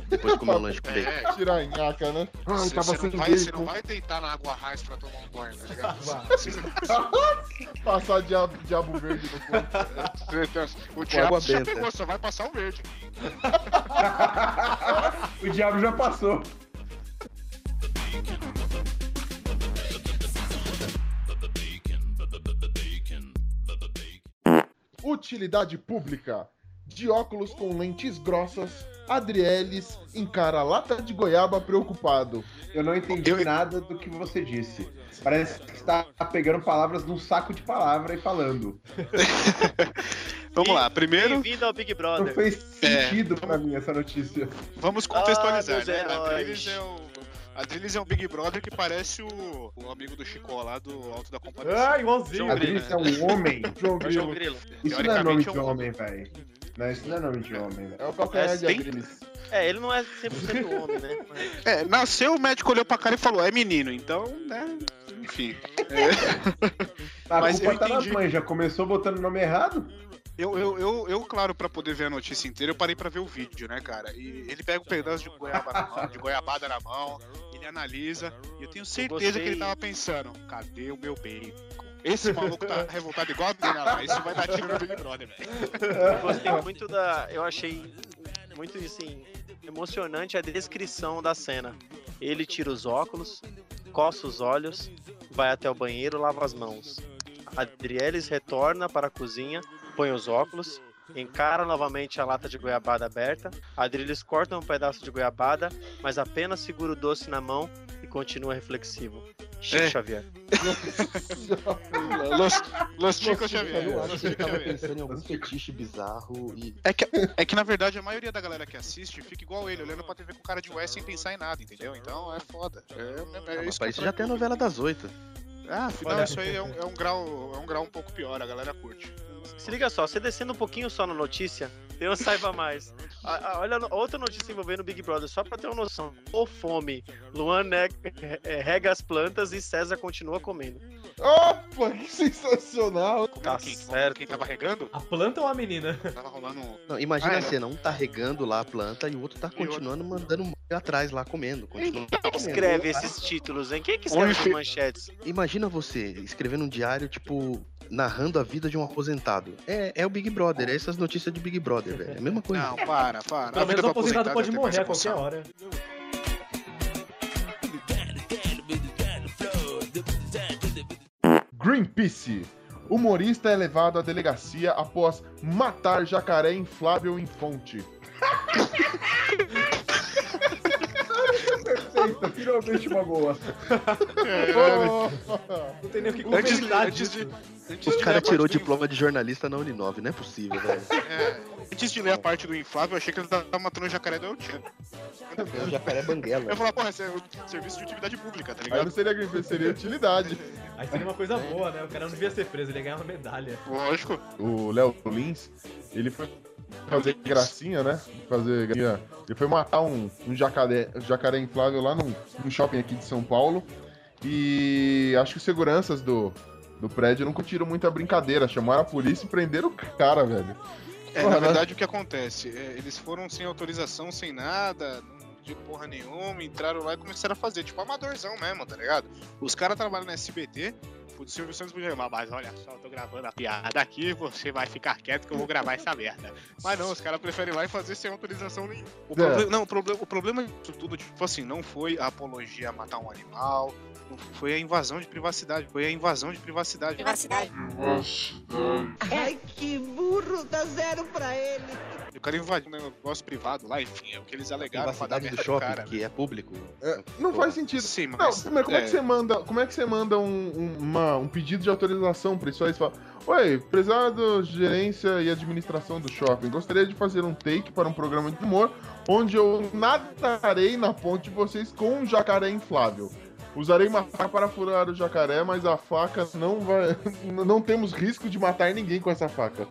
S9: depois de comer um lanche com bacon.
S6: É,
S1: Tirar a nhaca, né? Ai,
S6: você,
S1: tava
S6: você
S1: sem
S6: não vai, você não
S1: bacon.
S6: vai deitar na água raiz pra tomar um banho, tá ligado?
S1: Passar diabo, diabo verde no corpo.
S6: o diabo
S9: água
S6: já
S9: benta.
S6: pegou, só vai passar o verde.
S5: O diabo já passou.
S1: Utilidade pública. De óculos com lentes grossas, Adrieles encara lata de goiaba preocupado.
S5: Eu não entendi nada do que você disse. Parece que está pegando palavras num saco de palavra e falando.
S6: Vamos lá, primeiro
S2: Bem-vindo ao Big
S5: Não
S2: Brother.
S5: fez
S6: É.
S5: sentido pra mim essa notícia.
S6: vamos
S2: Ah,
S6: contextualizar,
S2: meus
S6: né? A
S2: heróis.
S6: Drilis é o. A Drilis é um Big Brother que parece o, o amigo do Chico lá do Alto da Compadecida.
S10: Ah, igualzinho.
S1: assim.
S6: João
S5: A
S6: Grilo.
S5: Drilis é um homem.
S1: João
S2: É o João
S1: Grilo.
S2: Grilo.
S5: Isso não é nome
S6: Teoricamente, é
S5: de
S6: um
S5: homem, velho. Não, isso não é nome de homem, velho.
S1: É o calcanhar
S2: É
S1: de
S6: sem-
S1: Adriles.
S2: É, ele não é 100% homem, né?
S6: É, nasceu, o médico olhou pra cara e falou: é menino, então, né? Enfim.
S5: A
S6: Mas
S5: culpa
S6: eu
S5: tá nas
S6: entendi.
S5: mães, já começou botando o nome errado?
S6: Eu, eu, eu, eu, claro, pra poder ver a notícia inteira, eu parei pra ver o vídeo, né, cara? E ele pega um pedaço de, goiaba na mão, de goiabada na mão, ele analisa, e eu tenho certeza
S2: gostei.
S6: que ele tava pensando, cadê o meu bacon? Esse maluco tá revoltado igual a menina lá, isso vai dar tiro no Big Brother, velho.
S2: Eu gostei muito da. Eu achei muito assim, emocionante a descrição da cena. Ele tira os óculos, coça os olhos, vai até o banheiro, lava as mãos. Adrieles retorna para a cozinha, põe os óculos, encara novamente a lata de goiabada aberta. Adrieles corta um pedaço de goiabada, mas apenas segura o doce na mão e continua reflexivo. Chico
S6: É.
S2: Xavier.
S6: Los, Los Chicos Xavier.
S9: Eu acho
S6: Los
S9: que ele
S6: Chicos
S9: tava
S6: Xavier.
S9: pensando em algum fetiche bizarro e.
S6: É que, é que, na verdade, a maioria da galera que assiste fica igual ele, olhando pra TV com cara de West sem pensar em nada, entendeu? Então é foda. É, é,
S9: Ah,
S6: é
S9: mas
S6: isso
S9: pra
S6: que
S9: isso
S6: eu
S9: já tem a novela das oito.
S6: Ah, afinal,
S10: Olha.
S6: isso aí é um, é um grau, é um grau um pouco pior, a galera curte.
S2: Se liga só, você descendo um pouquinho só na notícia, Deus saiba mais. A- a- olha no- outra notícia envolvendo o Big Brother, só pra ter uma noção. Ou fome, Luan ne- re- re- rega as plantas e César continua comendo.
S1: Opa, que sensacional!
S6: Como
S2: Tá
S6: quem, como
S2: certo.
S6: quem tava regando?
S10: A planta ou a menina?
S6: Tava rolando um.
S9: Não, imagina
S6: Ah, é.
S9: a cena, um tá regando lá a planta e o outro tá continuando mandando um atrás lá comendo. Continuando comendo.
S2: Escreve esses títulos, hein? Quem é que escreve essas manchetes?
S9: Imagina você escrevendo um diário, tipo, narrando a vida de um aposentado. É, é o Big Brother, é essas notícias de Big Brother, velho. É a mesma coisa.
S6: Não, para, para.
S10: Pelo
S6: A vida
S10: menos
S6: do
S10: o aposentado pode
S6: tem mais
S10: morrer a
S6: emoção.
S10: qualquer hora.
S1: Greenpeace. Humorista é levado à delegacia após matar jacaré inflável em fonte.
S5: Perfeito, finalmente uma boa.
S1: Oh,
S10: Não tem nem o que
S6: É, Antes,
S10: compensar
S6: antes
S10: disso.
S6: de. Antes
S9: Os
S6: de ler
S9: caras
S6: a
S9: tirou o
S6: parte do
S9: diploma de jornalista na Uninove, não é possível, velho.
S6: in- é, antes de ler a parte do inflável, eu achei que ele tava matando o jacaré do El Chan.
S9: É o jacaré banguela.
S6: Eu falava, porra, esse é o serviço de utilidade pública, tá
S1: aí não
S6: ligado?
S1: seria Greenpeace, seria utilidade.
S10: Aí seria uma coisa boa, né? O cara não devia ser preso, ele ia ganhar uma medalha.
S6: Lógico.
S1: O Léo Lins, ele foi fazer gracinha, né? Fazer gracinha. Ele foi matar um, um jacaré, um jacaré inflável lá num, num shopping aqui de São Paulo. E acho que os seguranças do, do prédio não curtiram muito a brincadeira. Chamaram a polícia e prenderam o cara, velho.
S6: É,
S1: Porra,
S6: na
S1: né?
S6: verdade, o que acontece? é, eles foram sem autorização, sem nada, não de porra nenhuma, entraram lá e começaram a fazer, tipo, amadorzão mesmo, tá ligado? Os caras trabalham no SBT, o Silvio Santos podia falar, mas olha só, eu tô gravando a piada aqui, você vai ficar quieto que eu vou gravar essa merda. Mas não, os caras preferem ir lá e fazer sem autorização nenhuma. O
S1: É.
S6: proble- Não, o, proble- o problema disso tudo, tipo assim, não foi a apologia a matar um animal, não foi a invasão de privacidade, foi a invasão de privacidade.
S3: Privacidade.
S11: Ai, que burro, dá zero pra ele.
S6: O cara invadiu um negócio privado lá, enfim, é o que eles alegaram pra dar
S9: Privacidade
S6: merda
S9: do
S6: pro
S9: shopping,
S6: cara. né?
S9: que é público.
S1: É, não
S9: Porra.
S1: faz sentido.
S6: Sim,
S1: Não,
S6: mas.
S1: primeiro, como é,
S6: é.
S1: que você manda, como é que você manda um, um- uma- um pedido de autorização para isso aí? Você fala, Oi, prezado gerência e administração do shopping, gostaria de fazer um take para um programa de humor onde eu nadarei na ponte de vocês com um jacaré inflável. Usarei uma faca para furar o jacaré, mas a faca não vai. Não temos risco de matar ninguém com essa faca.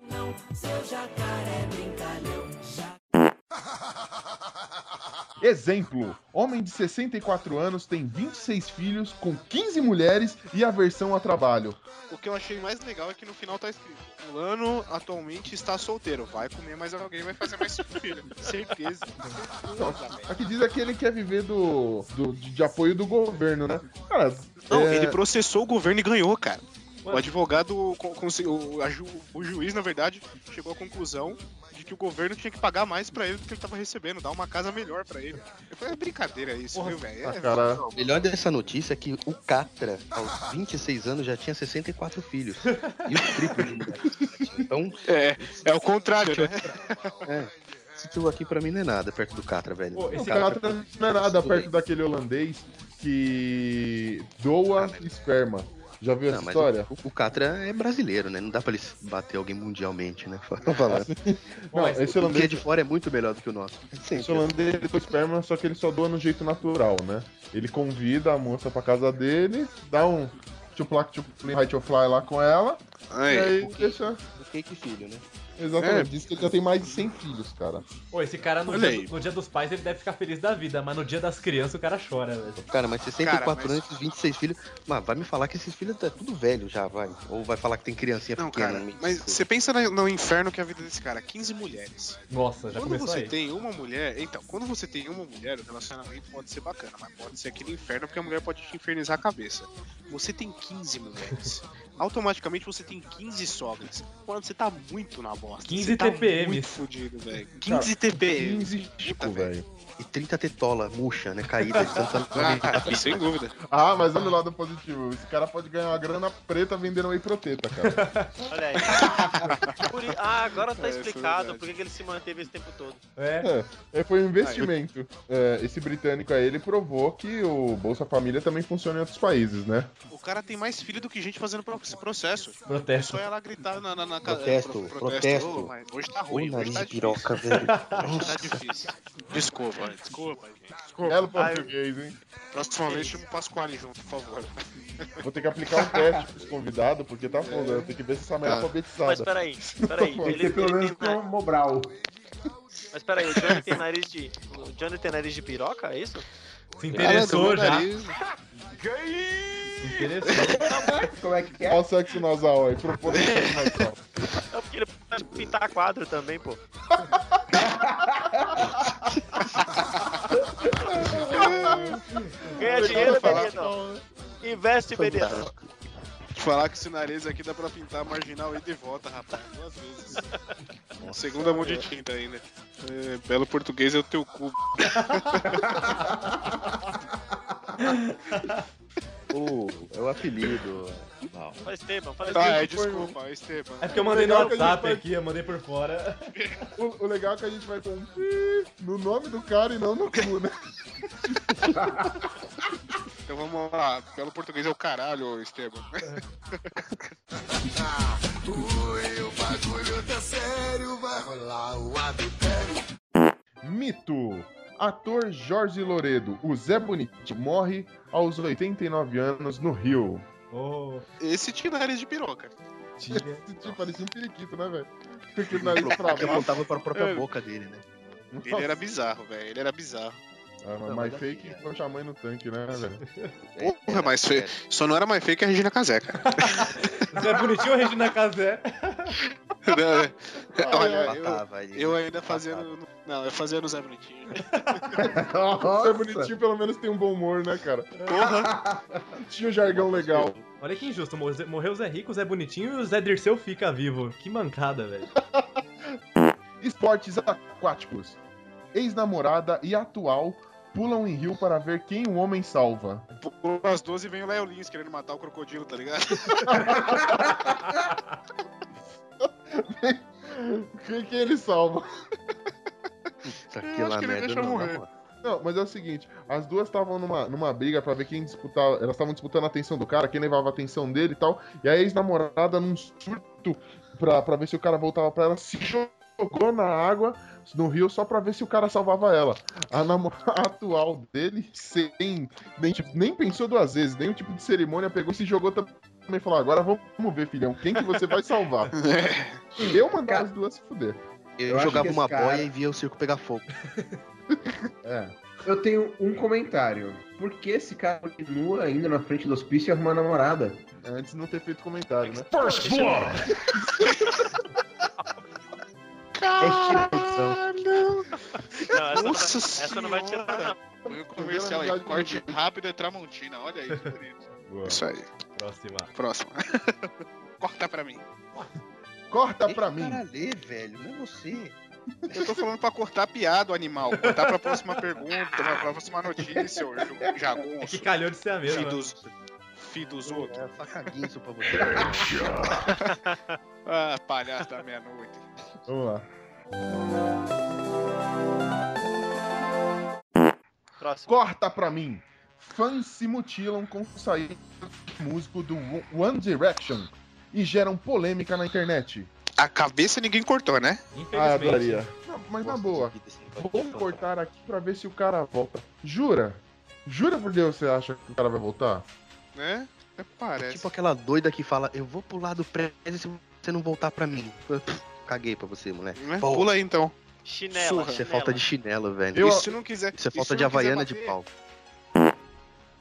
S1: Exemplo: homem de 64 anos tem 26 filhos com 15 mulheres e aversão a trabalho.
S6: O que eu achei mais legal é que no final tá escrito: Fulano atualmente está solteiro, vai comer mais alguém, vai fazer mais filho. Certeza. Certeza, velho.
S1: Aqui diz é que ele quer viver do, do- de, de apoio do governo, né? Cara,
S6: Não,
S1: É.
S6: ele processou o governo e ganhou, cara. O advogado, con- conse- o, a ju- o juiz, na verdade, chegou à conclusão de que o governo tinha que pagar mais pra ele do que ele tava recebendo, dar uma casa melhor pra ele. Eu falei, É brincadeira isso, viu, velho?
S1: ah,
S6: É,
S1: cara,
S9: O melhor dessa notícia é que o Catra, aos 26 anos, já tinha 64 filhos. E o triplo de mulheres. que ela tinha. Então,
S6: é, é o contrário, né?
S9: esse tio aqui pra mim não é nada perto do Catra, velho.
S10: Pô,
S1: esse
S10: esse
S1: cara
S9: Catra-
S1: não é nada perto daquele holandês que doa esperma. Já viu
S9: Ah, Não,
S1: essa
S9: mas
S1: história?
S9: o, o Catra é brasileiro, né? Não dá pra ele bater alguém mundialmente, né? Fala- fala.
S1: Não,
S10: mas
S1: esse
S9: O que é
S1: holandês,
S9: de fora é muito melhor do que o nosso.
S1: esse holandês ele doa esperma, só que ele só doa no jeito natural, né? Ele convida a moça pra casa dele, dá um chuplac chuplac right to fly lá com ela,
S9: É.
S1: e aí deixa.
S9: O cake filho, né?
S1: Exatamente, diz que ele já tem mais de 100 filhos, cara.
S10: Pô, esse cara no
S6: Olha
S10: dia,
S6: aí.
S10: do- no dia dos pais ele deve ficar feliz da vida, mas no dia das crianças o cara chora, velho.
S9: Cara, mas 64
S6: Cara, mas-
S9: anos, 26 filhos. Mas vai me falar que esses filhos é tudo velho já, vai. Ou vai falar que tem criancinha
S6: Não,
S9: pequena.
S6: cara,
S9: no meio
S6: mas
S9: disso
S6: você pensa na- no inferno que é a vida desse cara, 15 mulheres.
S10: Nossa, já
S6: quando
S10: começou
S6: você
S10: aí.
S6: tem uma mulher, então, quando você tem uma mulher, o relacionamento pode ser bacana, mas pode ser aquele inferno porque a mulher pode te infernizar a cabeça. Você tem 15 mulheres. Automaticamente você tem 15 sogras. Mano, você tá muito na bosta.
S10: 15
S6: você tá
S10: TPMs.
S6: muito fudido, velho.
S10: Tá.
S6: 15 TPM.
S1: 15
S6: Puta,
S1: chico,
S6: velho.
S1: velho.
S9: E 30 tetola, murcha, né? Caída. de tanta...
S6: Ah, sem dúvida.
S1: Ah, mas olha o lado positivo. Esse cara pode ganhar uma grana preta vendendo whey proteta, cara.
S2: Olha aí. Por i- Ah, agora tá
S6: É, isso é
S2: explicado
S6: verdade.
S2: por que que ele se manteve esse tempo todo.
S10: É.
S1: É, foi um investimento. É, esse britânico aí, ele provou que o Bolsa Família também funciona em outros países, né?
S6: O cara tem mais filho do que gente fazendo pro- processo.
S10: Protesto.
S6: Só ela gritar na, na, na
S9: Protesto,
S6: pro-
S9: protesto.
S6: Ô, mas hoje tá
S9: Oi,
S6: ruim, hoje
S9: nariz
S6: tá
S9: de
S6: difícil.
S9: piroca, velho.
S6: Hoje tá difícil. Desculpa, desculpa, gente. Desculpa.
S1: Belo português, hein?
S6: Próxima vez chama o Pasquale junto, por favor.
S1: Vou ter que aplicar um teste pros convidados, porque tá foda. Eu tenho que ver se essa merda é
S6: Tá.
S2: Mas
S1: alfabetizada.
S2: peraí, peraí.
S1: Porque
S2: Ele, ele
S5: pelo menos
S2: tem
S5: tem
S2: na...
S5: um Mobral.
S2: Mas peraí, o Johnny tem nariz de. O Johnny tem nariz de piroca, é isso?
S10: Se interessou já. Se interessou.
S5: Como é que é?
S1: Olha o sexo nasal aí, propôs sexo nasal.
S2: É porque ele pode pintar quadro também, pô. Ganha dinheiro, bebê, não. Investe, bebê. não.
S6: Falar que esse nariz aqui dá pra pintar marginal e de volta, rapaz. Duas vezes. Segunda mão de tinta ainda. É, belo português é o teu cu.
S9: Ô, é o apelido. Não.
S2: Faz tempo, faz
S6: Tá,
S2: tempo.
S6: é, desculpa, Esteban.
S10: É porque eu mandei no
S1: Legal que a gente
S10: WhatsApp
S1: vai-
S10: aqui, eu mandei por fora.
S1: O, o legal é que a gente vai ter um pi no nome do cara e não no cu, né?
S6: Então vamos lá. Belo português é o caralho, ô, Esteban.
S1: Mito. Ator Jorge Loredo, o Zé Bonito, morre aos 89 anos no Rio.
S10: Ô,
S6: Esse tinha nariz de piroca.
S10: tia.
S1: Esse tipo parecia um periquito, né, velho? Com Aquele nariz
S9: Porque
S1: travado.
S9: apontava pra própria boca dele, né?
S6: Ele era bizarro, velho. Ele era bizarro.
S1: Ah, mas mais fake que o xamã no tanque, né, velho?
S6: Porra, mas fe... só não era mais feio que a Regina Casé, cara.
S10: Você é bonitinho, Regina Casé?
S6: Não, é- Olha, eu,
S9: Matava ele.
S6: eu ainda fazia no... no- Não, eu fazia no Zé Bonitinho.
S1: Você é bonitinho, pelo menos tem um bom humor, né, cara?
S6: Porra!
S1: Tinha um jargão legal.
S10: Olha que injusto, mo- Zé- morreu o Zé Rico, o Zé Bonitinho e o Zé Dirceu fica vivo. Que mancada, velho.
S1: Esportes aquáticos. Ex-namorada e atual pulam em rio para ver quem o homem salva.
S6: Pulou às 12 e vem o Léo Lins querendo matar o crocodilo, tá ligado?
S1: Quem que ele salva?
S9: Aquela
S6: acho que ele
S9: merda
S6: deixa
S9: não, né,
S6: morrer.
S9: na moral.
S1: Não, mas é o seguinte, as duas estavam numa, numa briga pra ver quem disputava, elas estavam disputando a atenção do cara, quem levava a atenção dele e tal, e a ex-namorada num surto pra, pra ver se o cara voltava pra ela, se jogou na água, no rio, só pra ver se o cara salvava ela. A namorada atual dele, sem, nem, tipo, nem pensou duas vezes, nenhum tipo de cerimônia, pegou e se jogou também e falou, "Ah, agora vamos, vamos ver, filhão, quem que você vai salvar? Eu mandava as duas se fuder.
S9: Eu,
S5: Eu acho
S9: jogava
S5: que
S9: uma
S5: esse cara-
S9: boia e via o circo pegar fogo.
S5: É. Eu tenho um comentário. Por que esse cara continua indo na frente do hospício e arruma namorada?
S1: Antes de não ter feito comentário, né?
S2: Não, essa, não-
S6: Nossa
S2: essa não vai tirar, não.
S6: Foi o comercial aí. Corte rápido é Tramontina, olha aí, que bonito. Isso aí.
S10: Próxima.
S6: Próximo. Corta pra mim.
S1: Corta
S9: Deixa
S1: pra
S9: o
S1: mim.
S9: cara ler, velho. Não é você.
S6: Eu tô falando pra cortar piada, o animal. Cortar pra próxima pergunta, pra próxima notícia, ô jo-
S10: É Que
S6: jagunço.
S10: calhou de ser a mesma.
S6: Filho dos, fi dos outros.
S9: É um facaguinho pra
S1: É,
S9: você.
S6: Ah, palhaço da meia-noite.
S1: Vamos lá.
S2: Próximo.
S1: Corta pra mim. Fãs se mutilam com saída do músico do One Direction e geram polêmica na internet.
S6: A cabeça ninguém cortou, né?
S10: Infelizmente.
S1: Não, mas na boa, vou cortar aqui pra ver se o cara volta. Jura? Jura por Deus você acha que o cara vai voltar?
S6: Né? Até
S1: É.
S6: Parece.
S9: Tipo aquela doida que fala, eu vou pular do prédio se você não voltar pra mim. Pff, Caguei pra você, moleque.
S6: Né? Pula aí então.
S2: Chinela.
S6: Surra.
S9: Isso é
S2: chinela.
S9: falta de chinelo, velho.
S1: Eu-
S6: e se não quiser.
S9: Isso é
S6: e
S9: falta
S6: se
S9: de
S6: não quiser
S9: havaiana de
S6: bater,
S9: pau.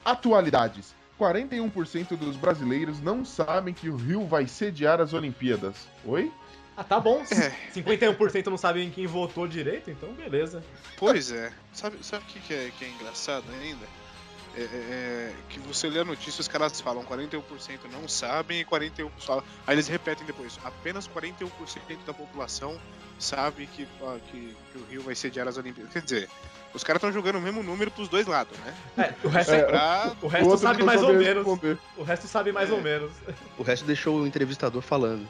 S1: Atualidades. 41% dos brasileiros não sabem que o Rio vai sediar as Olimpíadas. Oi?
S10: Ah, tá bom. 51% não sabe em quem votou direito, então beleza.
S6: Pois é. Sabe, sabe o que, que, é, que é engraçado ainda? É, é- é que você lê a notícia, os caras falam 41% não sabem e 41% falam. Aí eles repetem depois: apenas 41% da população sabe que, ah, que, que o Rio vai sediar as Olimpíadas. Quer dizer, os caras estão jogando o mesmo número pros dois lados, né?
S10: É, o resto,
S6: Pra
S10: o
S1: O
S10: resto
S1: outro
S10: sabe
S1: não
S10: mais ou
S1: sabe
S10: menos.
S1: responder.
S10: O resto sabe mais ou menos.
S9: O resto deixou o entrevistador Tá, falando.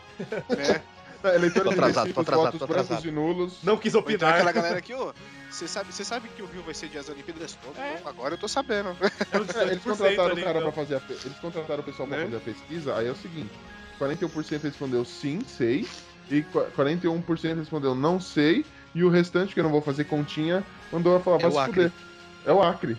S6: né?
S1: É, Eleitores
S9: Tô atrasado, tô
S1: indecisos,
S9: atrasado,
S1: votos
S9: tô
S1: brancos
S9: atrasado.
S1: e nulos.
S10: Não quis
S6: Ou então é
S10: opinar.
S6: aquela galera aqui, ô, você sabe, você sabe que o Rio vai sediar as Olimpíadas? Tô, tô, Agora eu tô sabendo.
S10: É, uns
S1: É, eles
S10: 18%
S1: contrataram
S10: ali,
S1: o cara
S10: então.
S1: pra fazer a, pe- Eles contrataram o pessoal pra
S6: Né?
S1: fazer a pesquisa, aí é o seguinte: 41% respondeu sim, sei, e qua- 41% respondeu não sei, e o restante, que eu não vou fazer continha, mandou ela falar,
S9: É
S1: vai
S9: o
S1: se
S9: Acre.
S1: fuder. É o Acre.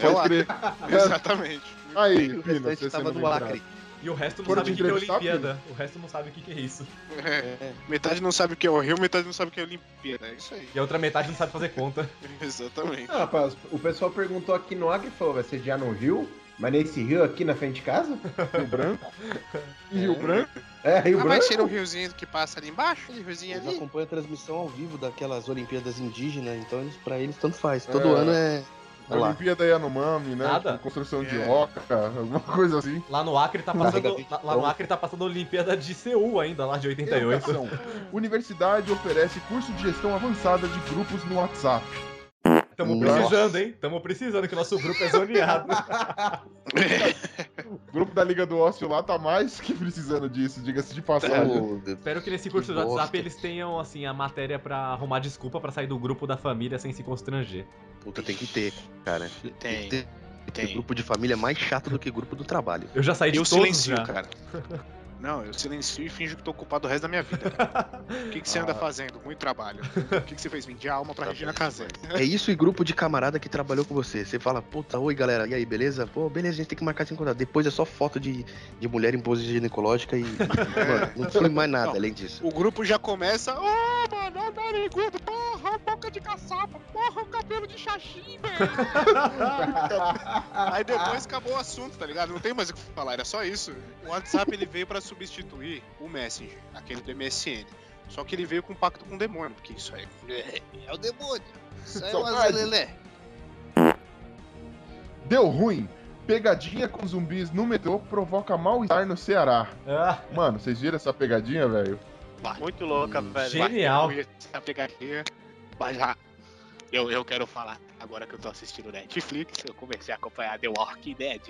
S6: É o
S1: Pode crer.
S6: Exatamente.
S1: Aí,
S9: o
S1: Pina,
S9: restante
S1: você
S9: tava
S1: sendo
S9: do Acre.
S10: E o resto não
S1: Foram
S10: sabe o
S1: te
S10: que que é
S1: entrevistar,
S10: Olimpíada. O resto não sabe o que que é isso.
S6: É. Metade não sabe o que é o Rio, metade não sabe o que é a Olimpíada. É isso aí.
S10: E a outra metade não sabe fazer conta.
S6: Exatamente.
S5: Ah, rapaz, o pessoal perguntou aqui no Acre e falou, vai sediar no Rio? Mas nesse Rio aqui na frente de casa?
S1: Rio Branco. E Rio Branco?
S5: É, Rio
S6: Ah,
S5: Branco?
S6: mas tira o riozinho que passa ali embaixo, o riozinho
S9: Eles
S6: ali.
S9: acompanham a transmissão ao vivo daquelas Olimpíadas indígenas, então eles, pra eles tanto faz. Todo
S1: É.
S9: ano é. Olha lá.
S1: Olimpíada Yanomami, né?
S10: Nada.
S1: Tipo, construção de
S6: É.
S1: roca, alguma coisa assim.
S10: Lá no Acre tá passando, lá, lá no Acre tá passando a Olimpíada de Seul ainda, lá de 88.
S1: Educação. Universidade oferece curso de gestão avançada de grupos no WhatsApp.
S10: Tamo
S9: Nossa.
S10: precisando, hein? Tamo precisando que o nosso grupo é zoneado.
S1: O grupo da Liga do Ócio lá tá mais que precisando disso, diga-se de passagem.
S9: Ô, Deus.
S10: Espero que nesse curso
S9: Que
S10: do WhatsApp
S9: bosta.
S10: eles tenham assim a matéria pra arrumar desculpa pra sair do grupo da família sem se constranger.
S9: Puta, tem que ter, cara.
S6: Tem,
S9: que ter.
S6: tem.
S9: Tem. Grupo de família é mais chato do que grupo do trabalho.
S10: Eu
S4: É
S10: já saí de
S6: Eu
S10: todos
S6: silencio,
S10: já.
S6: cara. Não, eu silencio e finjo que tô ocupado o resto da minha vida. cara. O que, que você anda fazendo? Muito trabalho. O que, que você fez? Vendi a alma pra
S9: Tá
S6: Regina
S9: bem,
S6: Casé.
S9: É isso e grupo de camarada que trabalhou com você. Você fala, puta, oi galera, e aí, beleza? Pô, beleza, a gente tem que marcar se encontrar. Depois é só foto de, de mulher em pose ginecológica e. Mano, não flui mais nada
S6: Não.
S9: além disso.
S6: O grupo já começa. Ô, mano, olha o narigudo, é porra, boca de caçada. sapo, porra, o cabelo de xaxim, velho. Aí depois acabou o assunto, tá ligado? Não tem mais o que falar, era só isso. O WhatsApp ele veio pra substituir o Messenger, aquele do MSN. Só que ele veio com um pacto com o demônio, porque isso aí é, é o demônio. Isso aí é o
S1: Saudade.
S6: azulelé.
S1: Deu ruim. Pegadinha com zumbis no metrô provoca mal-estar no Ceará.
S10: Ah,
S1: Mano, vocês viram essa pegadinha, velho?
S2: Muito louca, velho.
S10: Genial.
S6: Vai, eu ia essa pegadinha, Mas já, eu, eu quero falar, agora que eu tô assistindo Netflix, eu comecei a acompanhar The Walking Dead.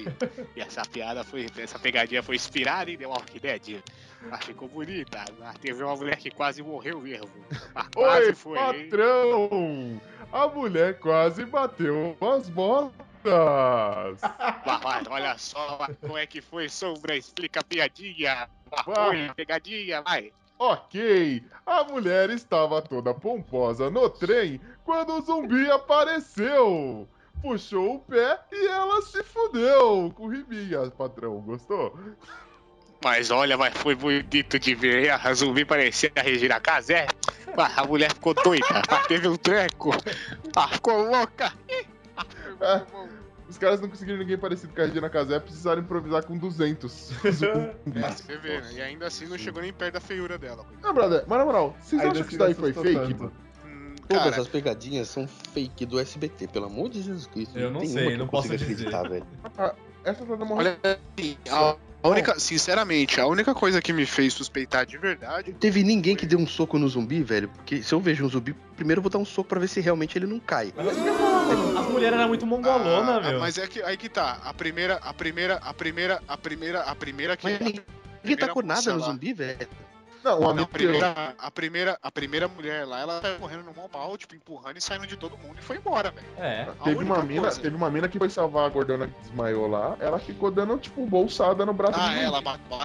S6: e essa piada foi, essa pegadinha foi inspirada em The Walking Dead. Mas ficou bonita. mas Teve uma mulher que quase morreu mesmo. Mas quase
S1: Oi,
S6: foi, hein?
S1: patrão! A mulher quase bateu as botas!
S6: Mas, mas olha só mas como é que foi, Sombra, explica a piadinha. Mas
S1: Vai.
S6: Foi, pegadinha, vai.
S1: Ok, a mulher estava toda pomposa no trem quando o zumbi apareceu. Puxou o pé e ela se fudeu com riminhas, patrão. Gostou?
S6: Mas olha, mas foi bonito de ver. A zumbi parecia a Regina Casé. Mas a mulher ficou doida. Mas teve um treco. Mas ficou louca.
S1: Ah, os caras não conseguiram ninguém parecido com a Regina Casé, precisaram improvisar com 200 zumbis.
S6: você vê, né? E ainda assim não chegou nem perto da feiura dela. coitado.
S1: Não, brother, mas na moral, vocês
S5: Ainda
S1: acham que
S5: assim
S1: isso daí
S5: me
S1: foi
S5: assustou
S1: fake?
S5: tanto.
S6: Hum,
S9: Todas
S6: Cara,
S9: as pegadinhas são fake do SBT, pelo amor de Jesus Cristo.
S4: Eu não
S9: tem
S4: sei,
S9: uma que
S4: não
S9: eu consiga
S4: posso dizer.
S9: acreditar, velho.
S1: Essa tá dando
S6: olha assim, a a única, sinceramente, a única coisa que me fez suspeitar de verdade.
S9: Teve ninguém que deu um soco no zumbi, velho. Porque se eu vejo um zumbi, primeiro eu vou dar um soco pra ver se realmente ele não cai.
S10: As mulheres eram muito mongolona,
S4: né,
S6: Ah,
S10: meu.
S6: Mas é que aí que tá. A primeira, a primeira, a primeira, a primeira, a primeira que.
S9: Mas ninguém, ninguém
S6: primeira
S9: tá com nada no
S6: moça lá.
S9: zumbi, velho.
S1: Não, um
S6: Não,
S1: amigo
S6: a, primeira, a, primeira, a primeira mulher lá, ela saiu correndo no mó pau, tipo, empurrando e saindo de todo mundo e foi embora, velho.
S10: É.
S1: meu. Teve
S6: a
S1: uma,
S6: única
S1: mina,
S6: coisa-
S1: teve uma mina que foi salvar a gordona que desmaiou lá. Ela ficou dando, tipo, bolsada no braço
S6: Ah,
S1: do
S6: ela matou.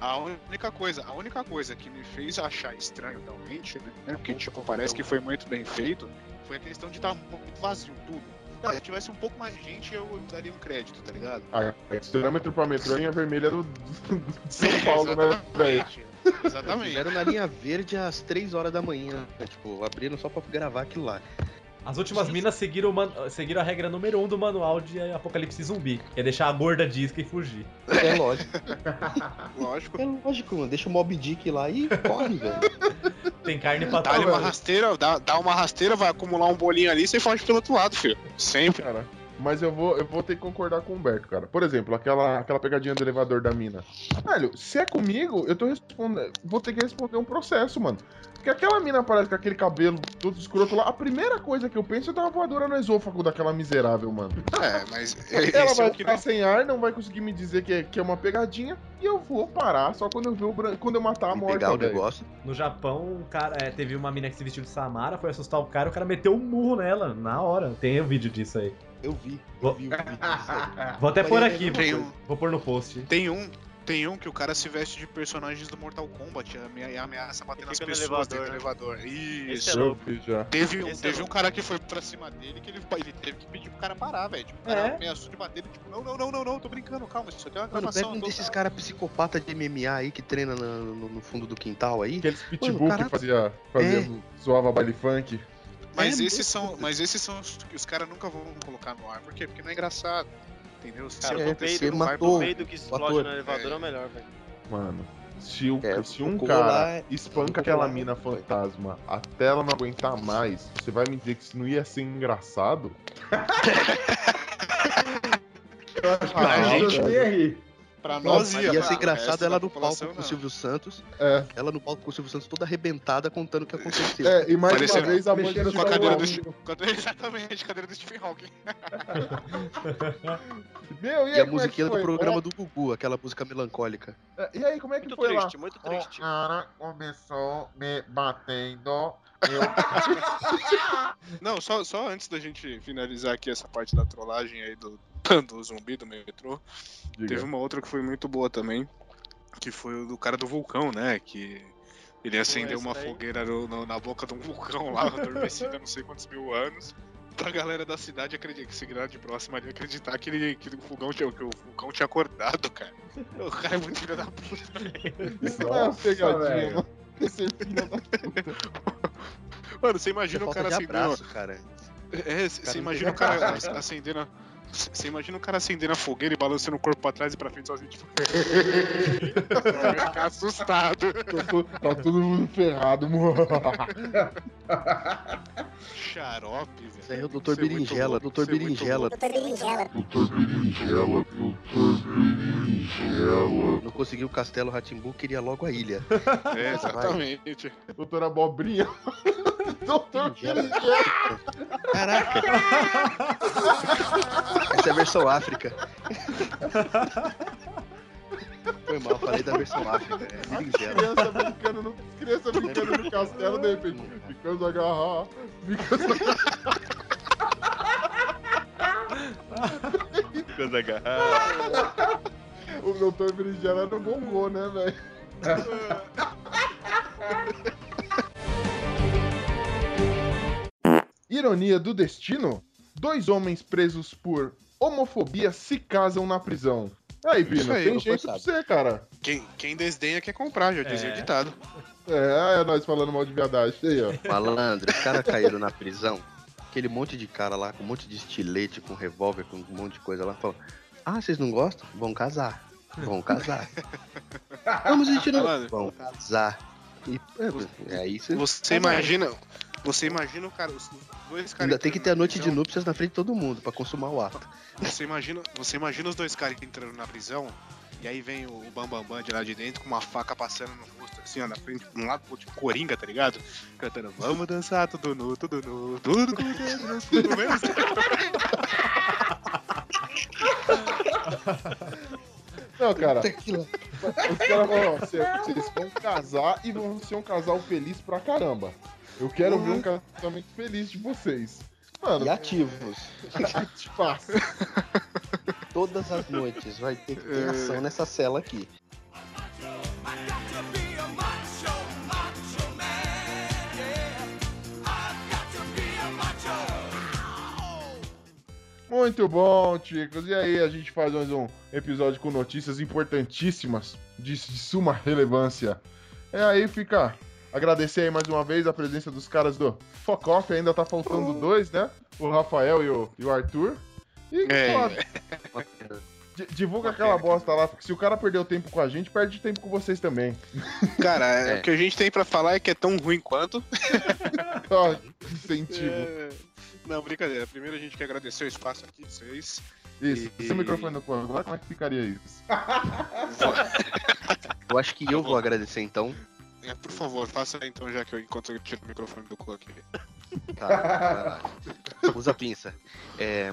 S6: A única coisa, a única coisa que me fez achar estranho realmente, né? é Porque, tipo, parece que foi muito bem feito, foi a questão de estar muito vazio tudo. Não, se tivesse um pouco mais de gente, eu daria um crédito, tá ligado?
S1: Ah, quilômetro pra metrô, é a linha vermelha do, do São Paulo, né, velho?
S6: Exatamente.
S9: Tiveram na linha verde às 3 horas da manhã. né? Tipo, abriram só pra gravar aquilo lá.
S10: As últimas minas seguiram, o man- seguiram a regra número 1 um do manual de Apocalipse Zumbi, que é deixar a gorda disca e fugir.
S9: É lógico.
S6: Lógico.
S9: É lógico, mano. Deixa o Mob Dick lá e corre, velho.
S6: Tá
S10: Tem carne pra
S6: Dá-lhe uma
S10: todo
S6: rasteira, dá, dá uma rasteira, vai acumular um bolinho ali e você foge pelo outro lado, filho. Sempre.
S1: Cara, mas eu vou, eu vou ter que concordar com o Humberto, cara. Por exemplo, aquela, aquela pegadinha do elevador da mina. Velho, se é comigo, eu tô respondendo. Vou ter que responder um processo, mano. Porque aquela mina aparece com aquele cabelo todo escroto lá. A primeira coisa que eu penso é dar uma voadora no esôfago daquela miserável, mano.
S6: É, mas
S1: Ela
S6: esse é
S1: vai
S6: o que
S1: ficar sem ar, não vai conseguir me dizer que é, que é uma pegadinha. E eu vou parar só quando eu ver o bran... quando eu matar a
S9: E
S1: morta,
S9: pegar o
S1: velho.
S9: negócio.
S10: No Japão, um cara, é, teve uma mina que se vestiu de Samara, foi assustar o cara, o cara meteu um murro nela, na hora. Tem o vídeo disso aí.
S9: Eu vi.
S10: Vou-
S9: Eu vi, eu vi. Isso aí.
S10: Vou até pôr
S9: Mas é
S10: aqui,
S9: a mesma
S6: tem
S10: vou,
S6: um,
S10: vou pôr no post.
S6: Tem um, tem um que o cara se veste de personagens do Mortal Kombat e amea- e ameaça bater
S2: E
S6: nas
S2: fica no elevador,
S6: pessoas dentro do
S2: né?
S6: elevador.
S2: Esse é
S6: Isso.
S2: louco.
S1: vi já.
S6: Teve, um,
S2: esse é
S6: teve um
S2: louco.
S6: cara que foi pra cima dele que ele, ele teve que pedir pro cara parar, velho. Tipo, o
S10: É.
S6: cara ameaçou de bater, ele, tipo, não, não, não, não, não, tô brincando, calma, isso só tem uma
S9: Mano, pega
S6: gravação.
S9: um
S6: tô-
S9: desses caras psicopata de MMA aí que treina na- no, no fundo do quintal aí.
S1: Aqueles pitbull
S9: cara-
S1: que fazia, fazia zoava baile funk.
S6: Mas,
S9: É
S6: esses
S9: muito-
S6: são, mas esses são os que os caras nunca vão colocar no ar. Por quê? Porque não é engraçado. Entendeu? Se
S2: Cara,
S6: acontecer,
S2: você
S6: não vai
S9: matou
S6: pro
S2: No
S9: Pô,
S2: meio do que explode
S9: ator.
S2: no elevador é o melhor, velho.
S1: Mano, se, o,
S9: É,
S1: se um
S9: ficou
S1: cara
S9: lá-
S1: espanca
S9: ficou
S1: aquela
S9: lá, é
S1: mina
S9: foi.
S1: fantasma até ela não aguentar mais, você vai me dizer que isso não ia ser engraçado? Eu acho que
S6: Pra
S1: Ah, não,
S6: gente-
S1: velho.
S6: Pra nós
S9: Nossa, ia ser engraçado ela no palco
S6: população, né?
S9: com o
S6: não.
S9: Silvio Santos.
S1: É.
S9: Ela no palco com o Silvio Santos toda arrebentada contando o que aconteceu.
S1: É, e mais
S6: Parecendo-
S1: uma vez a banda
S5: mexendo com
S1: de
S5: a cadeira
S1: Paulo
S6: do
S1: Alvino.
S6: Cadê- Exatamente, cadeira do Stephen Hawking.
S1: Meu,
S9: E
S1: aí, como é que
S9: a musiquinha do
S1: foi?
S9: programa do Gugu, aquela música melancólica.
S1: É, E aí, como é que
S2: Muito
S1: foi
S2: triste,
S1: lá? ah.
S2: muito triste.
S1: cara começou me batendo.
S6: Não, só, só antes da gente finalizar aqui essa parte da trollagem aí do, do zumbi do metrô, teve uma outra que foi muito boa também, que foi o do cara do vulcão, né? Que ele acendeu
S2: esse
S6: uma
S2: daí.
S6: fogueira no- no- na boca de um vulcão lá, adormecida há não sei quantos mil anos, pra galera da cidade acreditar, que cidade próxima ali acreditar que, ele, que, o vulcão tinha, que o vulcão tinha acordado, cara. O cara é muito filho da puta.
S1: Isso não é uma pegadinha,
S5: velho.
S1: mano. Esse filho da-
S6: O Mano, você imagina
S9: É
S6: o cara assim,
S9: falta de
S6: acendendo.
S9: abraço, cara.
S6: É, c-
S9: cara
S6: você
S9: não
S6: imagina o
S9: teve
S6: cara
S9: abraço, cara.
S6: acendendo. a- Você imagina o cara acendendo a fogueira e balançando o corpo pra trás e pra frente sozinho, tipo. Vai ficar assustado.
S1: Tá tu- Tá todo mundo ferrado, mano.
S6: Xarope, velho.
S9: Isso aí é o Dr. Berinjela, Dr.
S6: é
S9: Berinjela.
S3: Doutor Berinjela.
S9: Não conseguiu o Castelo Ratimbu, queria logo a ilha.
S6: É, exatamente.
S1: Doutora Abobrinha. Doutor
S9: Caraca! Essa é a versão África. Foi mal, falei da versão África. É berinjela.
S1: criança brincando no, criança brincando no castelo, de repente. Ficamos agarrar. Ficamos
S7: Coisa agarrada.
S1: O doutor Berinjela era um gongô, né, velho? Ironia do destino? Dois homens presos por homofobia se casam na prisão. Aí, Bino,
S6: Isso aí,
S1: tem
S6: não
S1: jeito pra você, cara.
S6: Quem, quem desdenha quer comprar, já dizia
S10: É.
S6: o ditado.
S1: É, é nós falando mal de viadagem. Aí, ó.
S9: Malandro, os caras caíram na prisão. Aquele monte de cara lá, com um monte de estilete, com revólver, com um monte de coisa lá. Falou, ah, vocês não gostam? Vão casar. Vão casar. Vamos, a gente não...
S6: Malandro.
S9: Vão casar. E, é, é isso.
S6: Você imagina. Você imagina o cara. Os os dois caras.
S9: Ainda tem que ter a
S6: entrando na
S9: noite de
S6: prisão.
S9: núpcias na frente de todo mundo pra consumar o ato.
S6: Você imagina, você imagina os dois caras entrando na prisão, e aí vem o Bambambam Bam Bam de lá de dentro com uma faca passando no rosto, assim, ó, na frente, de um lado pro outro, tipo coringa, tá ligado? Cantando, vamos dançar, tudo nu, tudo nu, tudo com Deus, tudo menos.
S1: Não, cara. Os caras falam, ó, cê- vocês vão casar e vão ser um casal feliz pra caramba. Eu quero ver um casamento feliz de vocês. Tipo, Mano,
S9: E ativos.
S1: que fácil.
S9: Todas as noites vai ter que
S1: É.
S9: ter ação nessa cela aqui.
S1: Muito bom, chicos. E aí, a gente faz mais um episódio com notícias importantíssimas de, de suma relevância. É aí, fica. Agradecer aí mais uma vez a presença dos caras do Fuck Off. Ainda tá faltando dois, né? O Rafael e o, e o Arthur. E,
S6: É.
S1: claro, di- divulga aquela bosta lá, porque se o cara perdeu tempo com a gente, perde tempo com vocês também.
S6: Cara,
S9: É.
S6: o que a gente tem pra falar é que é tão ruim quanto.
S1: Ó, incentivo.
S6: É... Não, brincadeira. Primeiro a gente quer agradecer o espaço aqui de vocês.
S1: Isso,
S6: E-
S1: seu microfone no corpo, agora como é que ficaria isso?
S9: Eu acho que eu vou agradecer então.
S6: É, por favor, faça aí, então, já que eu enquanto eu tiro o microfone do cu aqui.
S9: Tá, vai lá. Usa a pinça. É,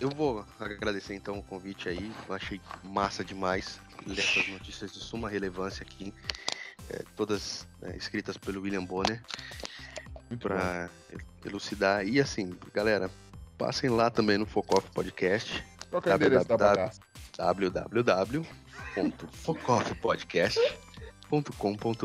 S9: eu vou agradecer então o convite aí. Eu achei massa demais ler essas notícias de suma relevância aqui. é, todas é, escritas pelo William Bonner
S1: Muito bom.
S9: pra elucidar. E assim, galera, passem lá também no Focoff Podcast.
S1: Qual que
S9: Tá
S1: é o endereço da
S9: www.
S1: bagaça?
S9: www.focoffpodcast.com.br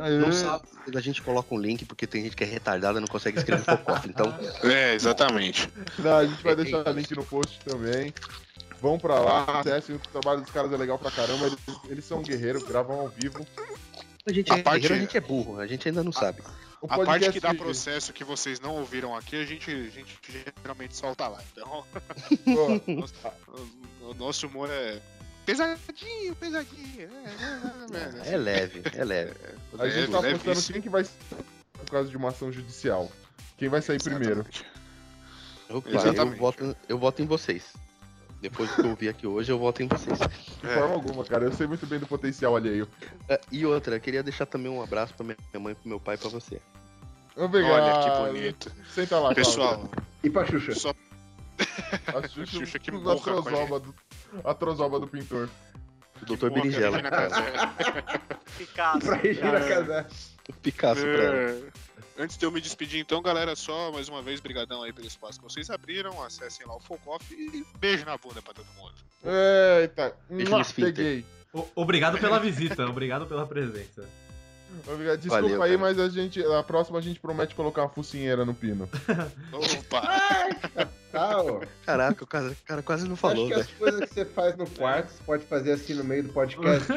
S1: Aê.
S9: Não sabe, mas a gente coloca um link porque tem gente que é retardada e não consegue escrever focoff. Então,
S6: É, exatamente.
S1: Não, a gente vai deixar o link no post também. Vão pra lá, acessem, o trabalho dos caras é legal pra caramba. Eles, eles são guerreiros, gravam ao vivo.
S9: a gente
S6: A
S9: é
S6: parte-
S9: guerreiro, a gente é burro, a gente ainda não sabe.
S1: O é
S6: A parte que dá
S1: de-
S6: processo que vocês não ouviram aqui, a gente, a gente geralmente solta lá. Então,
S1: ó,
S6: o, o nosso humor é pesadinho, pesadinho. né, É, é, é,
S9: É leve, é leve.
S1: a gente tá
S6: Leve
S1: apostando
S6: é isso.
S1: quem que vai ser por causa de uma ação judicial. Quem vai sair primeiro?
S9: Opa, eu,
S6: Exatamente.
S9: voto, eu voto em vocês. Depois do que eu ouvi aqui hoje, eu voto em vocês.
S1: De
S6: É.
S1: forma alguma, cara. Eu sei muito bem do potencial alheio.
S9: Ah, E outra, eu queria deixar também um abraço pra minha mãe, pro meu pai e pra você.
S1: Obrigado.
S6: Olha que bonito.
S1: Senta lá, Cláudio.
S6: Pessoal,
S5: E pra Xuxa?
S6: só
S1: A Xuxa,
S6: Xuxa que
S1: a
S6: morra com a
S1: trozoba do, a trozoba do pintor.
S9: O Dr.
S6: boa,
S9: Berinjela.
S6: Regina Casé.
S2: Picasso.
S5: Pra Regina
S6: né?
S2: cara.
S1: um
S5: Casé.
S9: O Picasso pra ela.
S6: É. Antes de eu me despedir, então, galera, só mais uma vez, brigadão aí pelo espaço que vocês abriram. Acessem lá o Focoff e beijo na bunda pra todo mundo.
S1: Eita,
S9: Beijo
S1: mua,
S9: no esfíncter.
S1: peguei.
S10: O- Obrigado pela visita, obrigado pela presença.
S1: Obrigado. Desculpa
S9: Valeu,
S1: aí,
S9: cara.
S1: mas a gente, a próxima a gente promete colocar uma focinheira no pino.
S6: Opa!
S5: Ah, ó.
S9: Caraca, o cara, o cara quase não
S5: Acho
S9: falou,
S5: que
S9: né? velho.
S5: as coisas que você faz no quarto, você pode fazer assim no meio do podcast.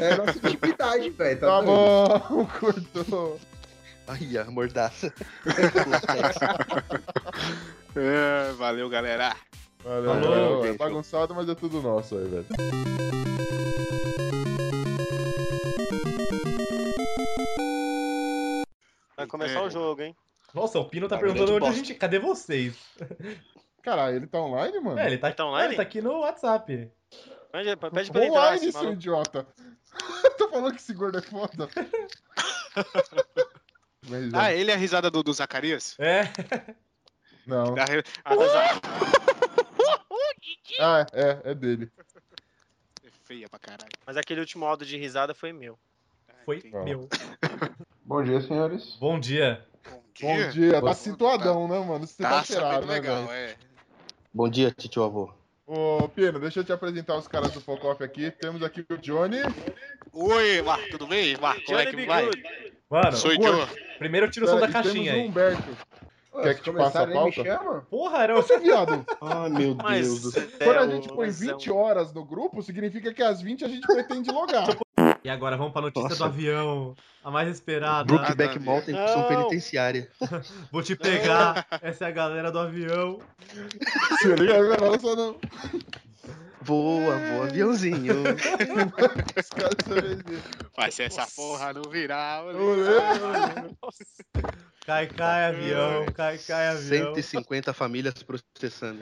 S5: é a nossa intimidade, velho. Tá,
S1: Tá
S5: doido?
S1: bom, cortou.
S9: Aí, a mordaça.
S6: É, valeu, galera.
S1: Valeu,
S6: Falou,
S1: valeu. é
S6: gente.
S1: bagunçado, mas é tudo nosso aí, velho.
S2: Vai começar o jogo, hein?
S4: Nossa, o Pino tá
S2: Tá
S4: perguntando
S2: grande
S4: onde a
S2: bosta.
S4: gente. Cadê vocês?
S1: Caralho, ele tá online, mano?
S4: É, ele tá,
S2: Tá online?
S4: ele tá aqui no WhatsApp.
S2: Pede, pede pra ele entrar,
S1: Online,
S2: esse
S1: seu
S2: maluco.
S1: idiota. Tô falando que esse gordo é foda. Mas,
S6: Ah, ele é a risada do, do Zacarias?
S4: É.
S1: Não.
S6: Da re- a do Zac-
S1: Ah, é, é dele. Uh!
S6: É feia pra caralho.
S2: Mas aquele último áudio de risada foi meu.
S4: Foi
S1: Tá.
S4: meu.
S5: Bom dia, senhores.
S4: Bom dia.
S6: Bom
S1: Bom
S6: dia.
S1: dia. Tá
S6: Boa-
S1: situadão, né, mano? Você
S6: Tá
S1: tá cheirado,
S6: sabendo
S1: né,
S6: legal,
S1: velho?
S6: é.
S9: Bom dia, tio avô.
S1: Ô, Pino, deixa eu te apresentar os caras do Focoff aqui. Temos aqui o Johnny.
S6: Oi, Marco, tudo bem? Marco, como é que
S2: Johnny
S6: vai?
S2: Bigood.
S4: Mano,
S6: Sou Joe.
S4: primeiro eu tiro o som
S1: Pera,
S4: da
S1: e
S4: caixinha
S1: temos um- o
S4: aí.
S1: Humberto.
S5: Ué,
S1: Quer
S5: se
S1: que te passe a
S5: começarem, me
S1: pauta?
S5: chama?
S4: Porra, era o...
S1: Você, viado,
S5: Ah,
S9: Ai, meu
S2: Mas É,
S1: quando
S2: um
S1: a gente põe 20 horas no grupo, significa que às 20 a gente pretende logar.
S4: E agora vamos pra notícia do
S9: Nossa.
S4: avião. A mais esperada.
S9: Brookback
S6: Nada a ver.
S9: Mountain, prisão
S2: Não.
S9: penitenciária.
S4: Vou te pegar. Essa é a galera do avião.
S1: Se liga agora, né? só não.
S9: Voa, voa, aviãozinho.
S1: Os caras são assim.
S6: Vai ser essa porra no viral. né?
S2: um?
S4: Cai, cai, avião. Cai, cai, avião.
S9: 150 famílias processando.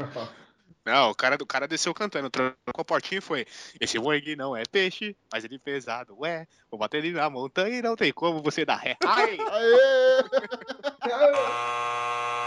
S6: Não, o cara, o cara desceu cantando, trancou a portinha e foi. Esse Wang não é peixe, mas ele é pesado, ué. Vou bater ele na montanha e não tem como você dar ré. Ai!
S1: Aê!